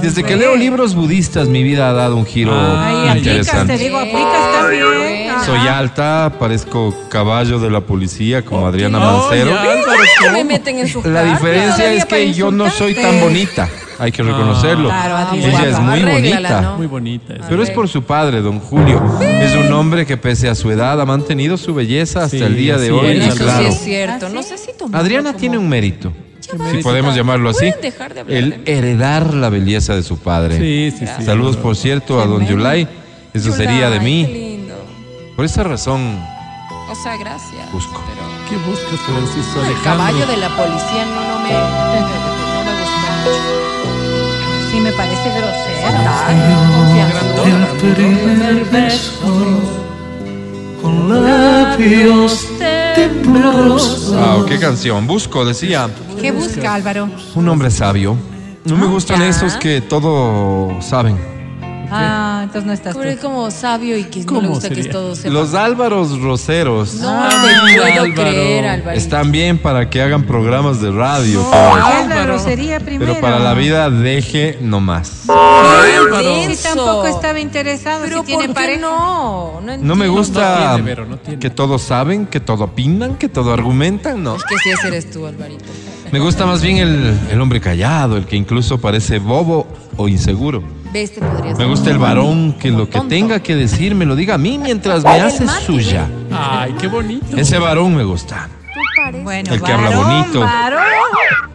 Desde que leo libros budistas, mi vida ha dado un giro
Ay,
Ay, aplicas, te
interesante.
digo, aplicas Ah, también. Ajá.
Soy
Ah.
alta, parezco caballo de la policía como Adriana
Ay,
Mancero.
Álvaro,
¿Por qué me
¿cómo?
meten en sus
La
cartas?
diferencia
todavía
es
para
que yo no soy tan
insultarte.
bonita, hay que reconocerlo.
Claro, Adri,
Ella es
guapa.
muy
Arréglala,
bonita.
¿no?
Muy bonita. esa.
Pero es por su padre, don Julio. Es un hombre que pese a su edad ha mantenido su belleza hasta
Sí,
el día de
así
hoy.
es,
Bueno,
y
eso sí
claro,
es cierto.
¿Ah, sí?
No sé si tomarlo
Adriana
como-
tiene un mérito, si
basta.
podemos llamarlo así,
Pueden dejar de hablar de
el
mí.
heredar la belleza de su padre.
Sí, sí, sí.
Saludos, por cierto, a don Yulay. Eso sería de
Ay, Qué
mí.
lindo.
Por esa razón
O sea, gracias.
busco.
¿Qué buscas, Francisco
El
Alejandro?
caballo de la policía no, no me. no me gusta mucho.
Sí, me parece grosero.
Confianza.
El primer beso con labios temblorosos.
Wow, qué canción. Busco, decía.
¿Qué busca Álvaro?
Un hombre sabio. No me gustan
Ah, ya.
esos que todo saben.
Ah, entonces no estás tú.
Como- Como sabio y que no le
¿Cómo
gusta que
sería?
todo se.
Los Álvaros Roseros.
No
Ah,
te puedo
Álvaro.
creer, Álvaro.
Están bien para que hagan programas de radio, pero,
Ay, la
Álvaro.
grosería primero.
pero para la vida deje nomás.
Sí, tampoco estaba interesado.
Pero
si tiene
¿por qué
pareja.
no? No,
No me
entiendo.
gusta
tiene, Vero, no tiene.
que todos saben, que todo opinan, que todo argumentan,
(laughs)
no.
Es que sí, ese eres tú, Alvarito.
Me gusta más bien el, el hombre callado, el que incluso parece bobo o inseguro.
¿Ves? Te podrías.
Me gusta el varón que lo que tenga que decir me lo diga a mí mientras me hace suya.
Ay, qué bonito.
Ese varón me gusta.
Bueno,
El que habla
varón,
bonito.
varón.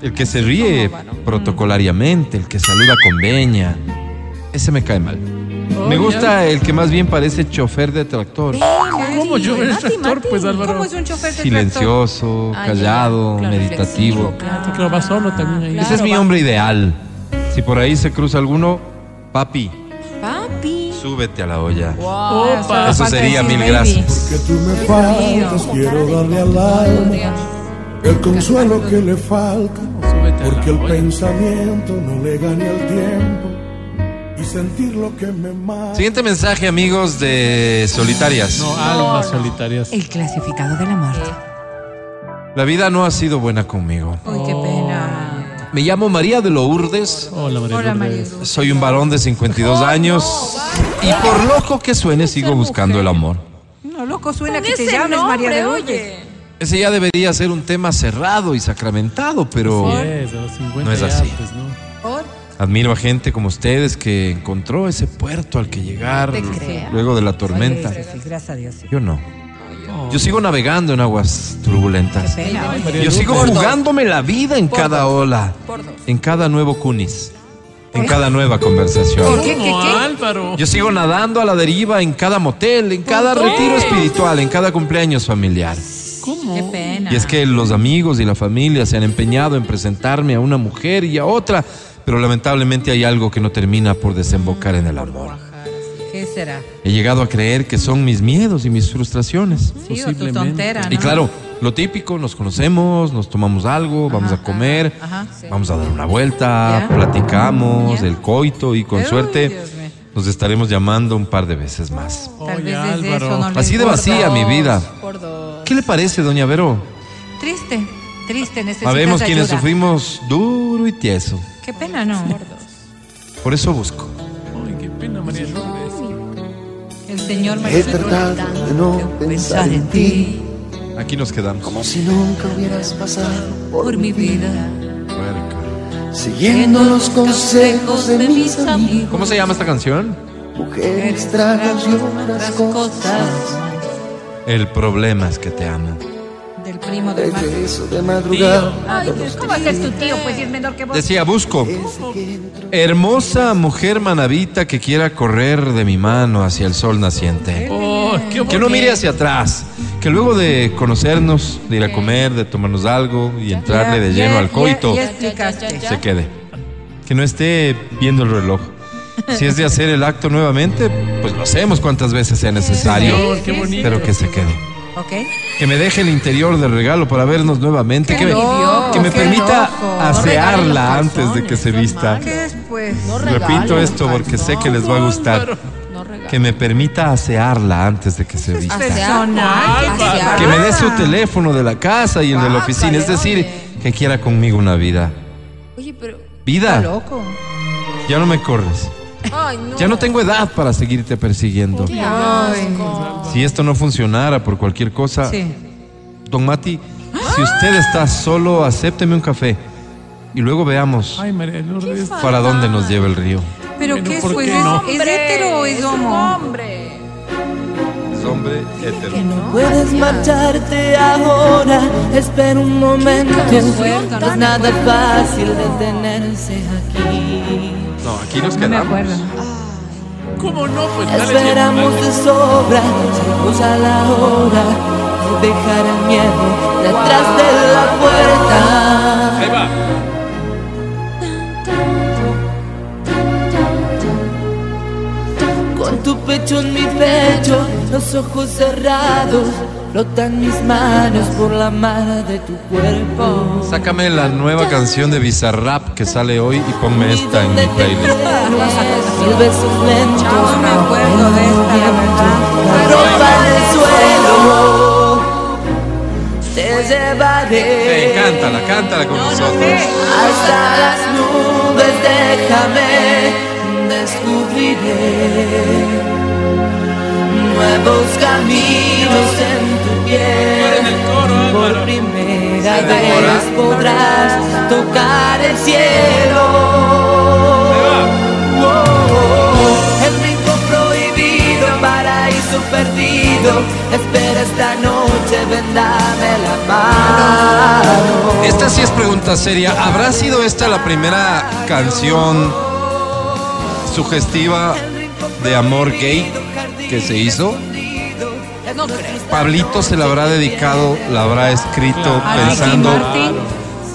El que se
Mm.
ríe protocolariamente, el que saluda con veña. Ese me cae mal.
Oh,
Me gusta el que más bien parece chofer de tractor.
¿Cómo yo era tractor, pues Álvaro? ¿Cómo es
un chofer
Silencioso,
Ah, ya,
callado,
claro,
meditativo.
Claro, va solo también ahí.
Ese es mi hombre ideal. Si por ahí se cruza alguno, papi,
Papi.
súbete a la olla.
Ah,
Wow.
Opa. Eso sería mil gracias.
Porque tú me faltas, quiero darle al alma el consuelo que le falta. Porque el pensamiento no le gane al tiempo y sentir lo que me mata.
Siguiente mensaje, amigos de Solitarias.
No, ah. almas solitarias.
El clasificado de la Marta.
La vida no ha sido buena conmigo.
Eh, Uy, qué pena.
Me llamo María de Lourdes.
Hola, María
Hola, María Lourdes.
Soy un varón de
Oh,
52 años. Y por loco que suene, sigo buscando el amor.
No, loco, suena
Con
que te
ese
llames María de
nombre,
Lourdes.
Ese ya debería ser un tema cerrado y sacramentado, pero
Sí es, a los 50
no es
ya,
así.
pues, ¿no?
admiro a gente como ustedes que encontró ese puerto al que llegar
Te creo.
luego de la tormenta.
Sí, sí, sí, gracias a Dios. sí.
Yo no. Yo sigo navegando en aguas turbulentas.
Pena, oye.
Yo sigo jugándome la vida en cada ola,
Por dos.
en cada nuevo cunis, en cada nueva conversación.
¿Por qué? ¿Qué?
No,
qué?
Álvaro.
Yo sigo nadando a la deriva en cada motel, en cada retiro espiritual, en cada cumpleaños familiar.
Qué pena.
Y es que los amigos y la familia se han empeñado en presentarme a una mujer y a otra, pero lamentablemente hay algo que no termina por desembocar en el amor.
¿Qué será?
He llegado a creer que son mis miedos y mis frustraciones.
Sí, o tu
Posiblemente.
tontera, ¿no?
Y claro, lo típico, nos conocemos, nos tomamos algo, vamos a comer,
ajá.
vamos a dar una vuelta,
Ya.
platicamos,
Ya.
el coito y con
Ay,
suerte
Dios mío.
nos estaremos llamando un par de veces más.
Tal
Oye,
vez desde
Álvaro.
eso no le
Así de
importa.
vacía mi vida.
Por dos.
¿Qué le parece, doña Vero?
Triste, triste. Necesitas
Sabemos quienes
ayuda.
sufrimos duro y tieso.
Qué pena, ¿no?
Por eso busco.
Ay, qué pena, María Lourdes.
El señor
He
Marcelo
tratado de no pensar en ti,
Aquí nos quedamos.
como si nunca hubieras pasado por mi vida.
Puerca.
Siguiendo los consejos de mis amigos,
¿Cómo se llama esta canción?
mujeres, tragos y otras cosas.
El problema es que te amo.
del primo de Marcelo.
Regreso de madrugada,
¿Cómo va a ser tu tío? Pues si es menor que vos.
Decía, busco. Hermosa mujer manavita que quiera correr de mi mano hacia el sol naciente.
Oh, qué
Que no mire hacia atrás. Que luego de conocernos, de ir a comer, de tomarnos algo y entrarle de
Ya,
lleno
ya,
al coito,
Ya, ya explicaste.
se quede. Que no esté viendo el reloj. Si es de hacer el acto nuevamente, pues lo hacemos cuantas veces
(laughs)
sea necesario.
Señor, qué bonito.
Pero que se quede.
Ok.
Que me deje el interior de regalo para vernos nuevamente.
Qué
Que me,
loco,
que me
qué
permita
loco. No regalen
asearla
los
antes de que se vista.
¿Qué después?
Repito esto porque sé que les va a gustar. Que me permita asearla antes de que se vista.
Personal. qué
Álvaro.
Que me dé su teléfono de la casa y el de la oficina. Es decir, que quiera conmigo una vida.
Oye, pero.
Está
Vida,
loco.
ya no me corres.
Ay, no.
Ya no tengo edad para seguirte persiguiendo.
Qué asco.
Si esto no funcionara por cualquier cosa,
Sí.
don Mati, si usted está solo, acépteme un café y luego veamos
Ay, María Lourdes.
para dónde nos lleva el río.
¿Pero qué
¿por
pues?
qué
¿Es,
no?
¿Es hétero o es homo?
Hombre.
Es hombre hetero.
Puedes marcharte ahora, espera un momento.
fuerte,
No
no
es nada fácil detenerse aquí.
No, aquí nos
No me
quedamos.
acuerdo.
¿Cómo no? Pues dale
Esperamos
tiempo,
de sobra, llegamos a la hora de dejar el miedo detrás de la puerta.
dale. Ahí va.
Con tu pecho en mi pecho, los ojos cerrados, flotan mis manos por la mar de tu cuerpo.
Sácame la nueva canción de Bizarrap que sale hoy y ponme esta en mi playlist.
Mil besos lentos,
Yo no me acuerdo de esta, la verdad.
la ropa en el suelo. Te llevaré
Ven, cántala, cántala con nosotros.
hasta las
Pues
nubes, déjame, descubriré nuevos caminos en tu piel. Por primera vez podrás tocar el cielo. Oh, oh, oh. El rincón prohibido, paraíso perdido. Espera esta noche, vendame la mano.
Esta sí es pregunta seria. ¿Habrá sido esta la primera canción sugestiva de amor gay que se hizo,
No creo.
Pablito se la habrá dedicado, la habrá escrito
Ah,
Claro.
pensando
A Ricky Martin.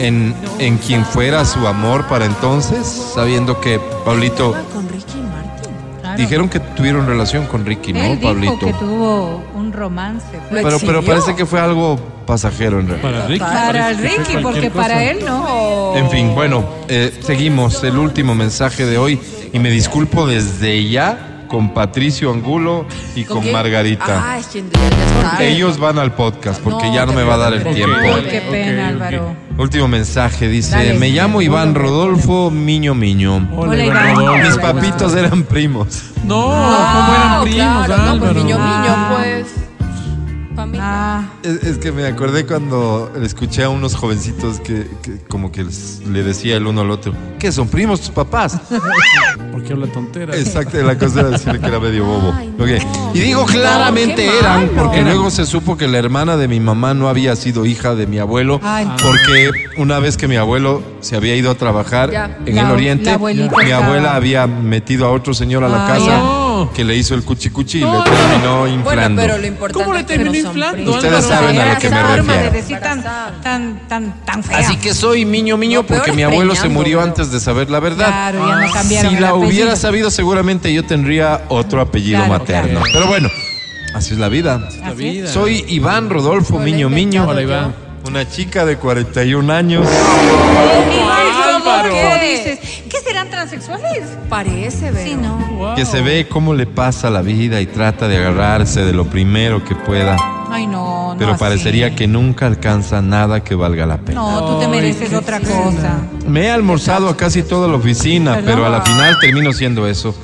en, en quien fuera su amor para entonces, sabiendo que Pablito...
Con Ricky Martin.
Dijeron que tuvieron relación con Ricky, ¿no,
Él dijo
Pablito?
que tuvo un romance. fue.
Pero, pero parece que fue algo pasajero en realidad.
Para Ricky.
Para
parece que fue
Ricky, porque
cualquier
para
cosa.
él no.
En fin, bueno, eh, seguimos el último mensaje de hoy y me disculpo desde ya con Patricio Angulo y con,
quién?
Margarita.
Ah, es quien ya está.
Ellos van al podcast porque
No,
ya no
te
me va a dar el
preocupes.
tiempo.
Ay,
Qué pena, Álvaro.
Último mensaje, dice,
Dale.
me llamo Iván Rodolfo Miño Miño.
Hola, Iván. Iván.
Mis
Hola,
papitos eran primos.
No,
¿cómo eran
primos,
No, pues
Álvaro?
niño, niño,
Ah.
pues. Familia.
Es, es que me acordé cuando escuché a unos jovencitos que, que como que les- le decía el uno al otro, ¿qué son primos tus papás?
Porque habla tontera.
Exacto, la cosa era decirle que era medio bobo. Ok. Y digo claramente
No, qué
eran,
malo.
porque
Eran.
luego se supo que la hermana de mi mamá no había sido hija de mi abuelo,
Ay.
porque una vez que mi abuelo se había ido a trabajar
Ya.
en
La-
el oriente,
la abuelita
mi
estaba-
abuela había metido a otro señor a la
Ay,
casa
No.
que le hizo el cuchi cuchi y
No,
le
no, no.
terminó
Bueno,
inflando.
pero lo importante
¿Cómo le
es que no
terminó
son
inflando,
primos.
Ustedes
Álvaro?
saben a
Era
lo que
esa
me
forma
refiero.
de decir tan, tan, tan, tan fea.
Así que soy miño miño
No, peor
porque
es
mi abuelo se
preñando,
murió
creo.
antes de saber la verdad.
Claro, ya no cambiaron
Si
el
la
apellido.
hubiera sabido, seguramente yo tendría otro apellido
Claro,
materno.
claro.
Pero bueno, así es la vida.
La
Así
vida.
Soy Iván Rodolfo Miño Miño.
Hola, Iván.
Una chica de 41 años.
Álvaro.
¿Qué?
dices? ¿Qué serán transexuales?
Parece, ¿verdad?
Sí, no.
Wow.
Que se ve cómo le pasa la vida y trata de agarrarse de lo primero que pueda,
Ay, no. no
pero
así.
parecería que nunca alcanza nada que valga la pena.
No, tú te
Ay,
mereces
qué
otra
pena.
cosa.
Me he almorzado a casi toda la oficina,
Perdón.
pero a la final termino siendo eso.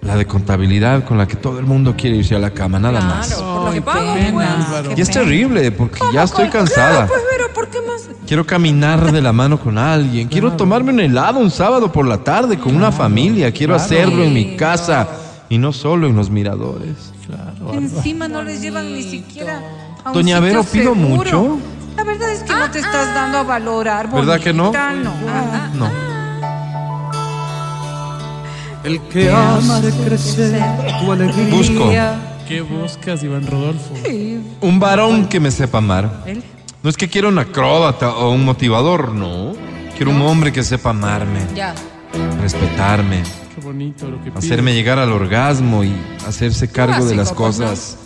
La de contabilidad con la que todo el mundo quiere irse a la cama, nada más.
Por lo
Ay,
que
qué
pago,
pena,
pues.
Álvaro.
Y es terrible porque
Ah,
ya estoy
Claro,
cansada.
pues, pero ¿por qué más?
Quiero caminar de la mano con alguien. Quiero tomarme un helado un sábado por la tarde con una familia. Quiero hacerlo en mi casa y no solo en los miradores.
Encima no les llevan ni siquiera a un
Doña
sitio
Vero, pido
seguro.
mucho.
La verdad es que no
Ah,
te estás dando a valorar.
¿Verdad que no?
bonita, no. Ah,
No.
El que ama de crecer tu alegría.
Busco
¿Qué buscas, Iván Rodolfo?
un varón que me sepa amar.
Él.
No es que quiera un acróbata o un motivador, no. Quiero un hombre que sepa amarme,
Ya.
respetarme,
Qué bonito lo que pide.
hacerme llegar al orgasmo y hacerse cargo de las
básico, pues,
cosas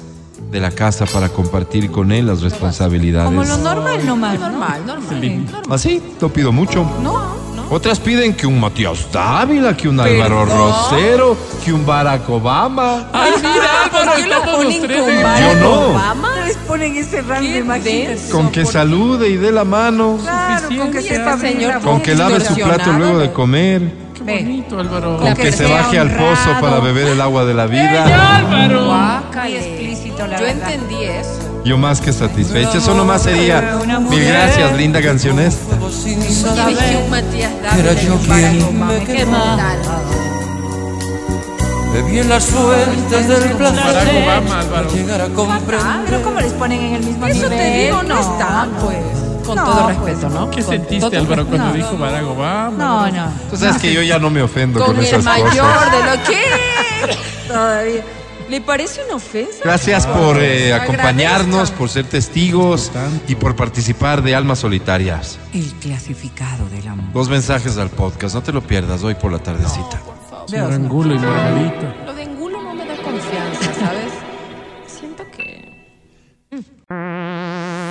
de la casa para compartir con él las
Como lo
responsabilidades.
normal nomás. ¿no?
Normal, normal.
Así, no pido mucho.
No, no.
Otras piden que un Matías Dávila, que un Álvaro Rosero, que un Barack Obama.
Ay, mira,
¿Por qué
estamos
lo
los
ponen
tres
con
en-
Barack
no.
Obama?
Les ponen ese rango,
Qué
imagínate.
denso.
Con que salude y dé la mano.
Claro, con que
Suficiente.
sepa abrir
Señor,
la
Con
boca.
que lave su plato luego de comer.
Qué
Ve.
bonito, Álvaro.
Con
Con
que
que se
sea
baje al pozo
honrado.
para beber el agua de la vida.
Álvaro.
Guácale.
Muy explícito, la
Yo
verdad.
entendí eso.
Yo más que satisfecha. Eso nomás sería. Mil gracias, linda cancionesta.
Yo dije un Matías Dávila y un Barack Obama. Qué brutal.
Bebí en las fuentes del
Barack
placer.
Obama, Álvaro.
Llegar a
Ah,
comprender.
pero ¿cómo les ponen en el mismo
Eso
nivel?
te digo, no está, pues. Con todo
pues,
respeto, ¿no?
¿Qué
Con
sentiste,
todo-
Álvaro, cuando
no.
dijo Barack Obama?
No, no.
Tú sabes que yo ya no me ofendo con,
Con el
esas
mayor
cosas.
de lo que. Todavía. ¿Le parece una ofensa?
Gracias por eh,
Agradezco.
acompañarnos, por ser testigos y por participar de Almas Solitarias.
El clasificado del amor.
Dos mensajes al podcast. No te lo pierdas hoy por la tardecita.
Señor Angulo y Margarita.
Lo de Angulo no me da confianza, ¿sabes? Siento que.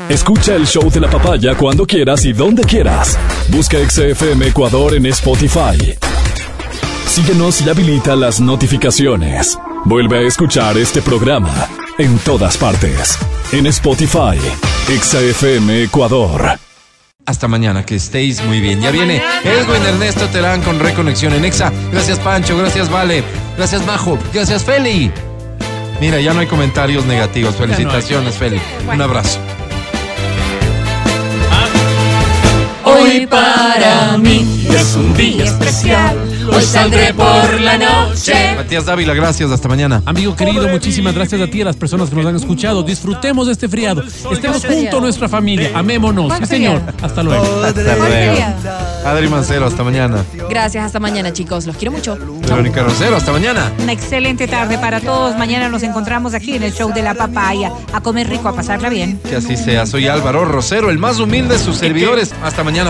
Escucha el show de la papaya cuando quieras y donde quieras. Busca XFM Ecuador en Spotify. Síguenos y habilita las notificaciones. Vuelve a escuchar este programa en todas partes. En Spotify, XFM Ecuador.
Hasta mañana, que estéis muy bien. Ya viene Edwin Ernesto Terán con Reconexión en Exa. Gracias Pancho, gracias Vale, gracias Majo, gracias Feli. Mira, ya no hay comentarios negativos. Felicitaciones, Feli. Un abrazo.
Hoy para mí es un día especial.
Pues
Hoy saldré por la noche.
Matías Dávila, gracias. Hasta mañana.
Amigo querido, muchísimas gracias a ti y a las personas que nos han escuchado. Disfrutemos de este friado. Estemos junto a nuestra familia. Amémonos.
¿Cuál
Sí, señor.
feriado?
Hasta luego.
Hasta luego.
Porquería.
Adri Mancero, hasta mañana.
Gracias, hasta mañana, chicos. Los quiero mucho.
Verónica Rosero, hasta mañana.
Una excelente tarde para todos. Mañana nos encontramos aquí en el show de la papaya. A comer rico, a pasarla bien.
Que así sea. Soy Álvaro Rosero, el más humilde de sus servidores. Hasta mañana,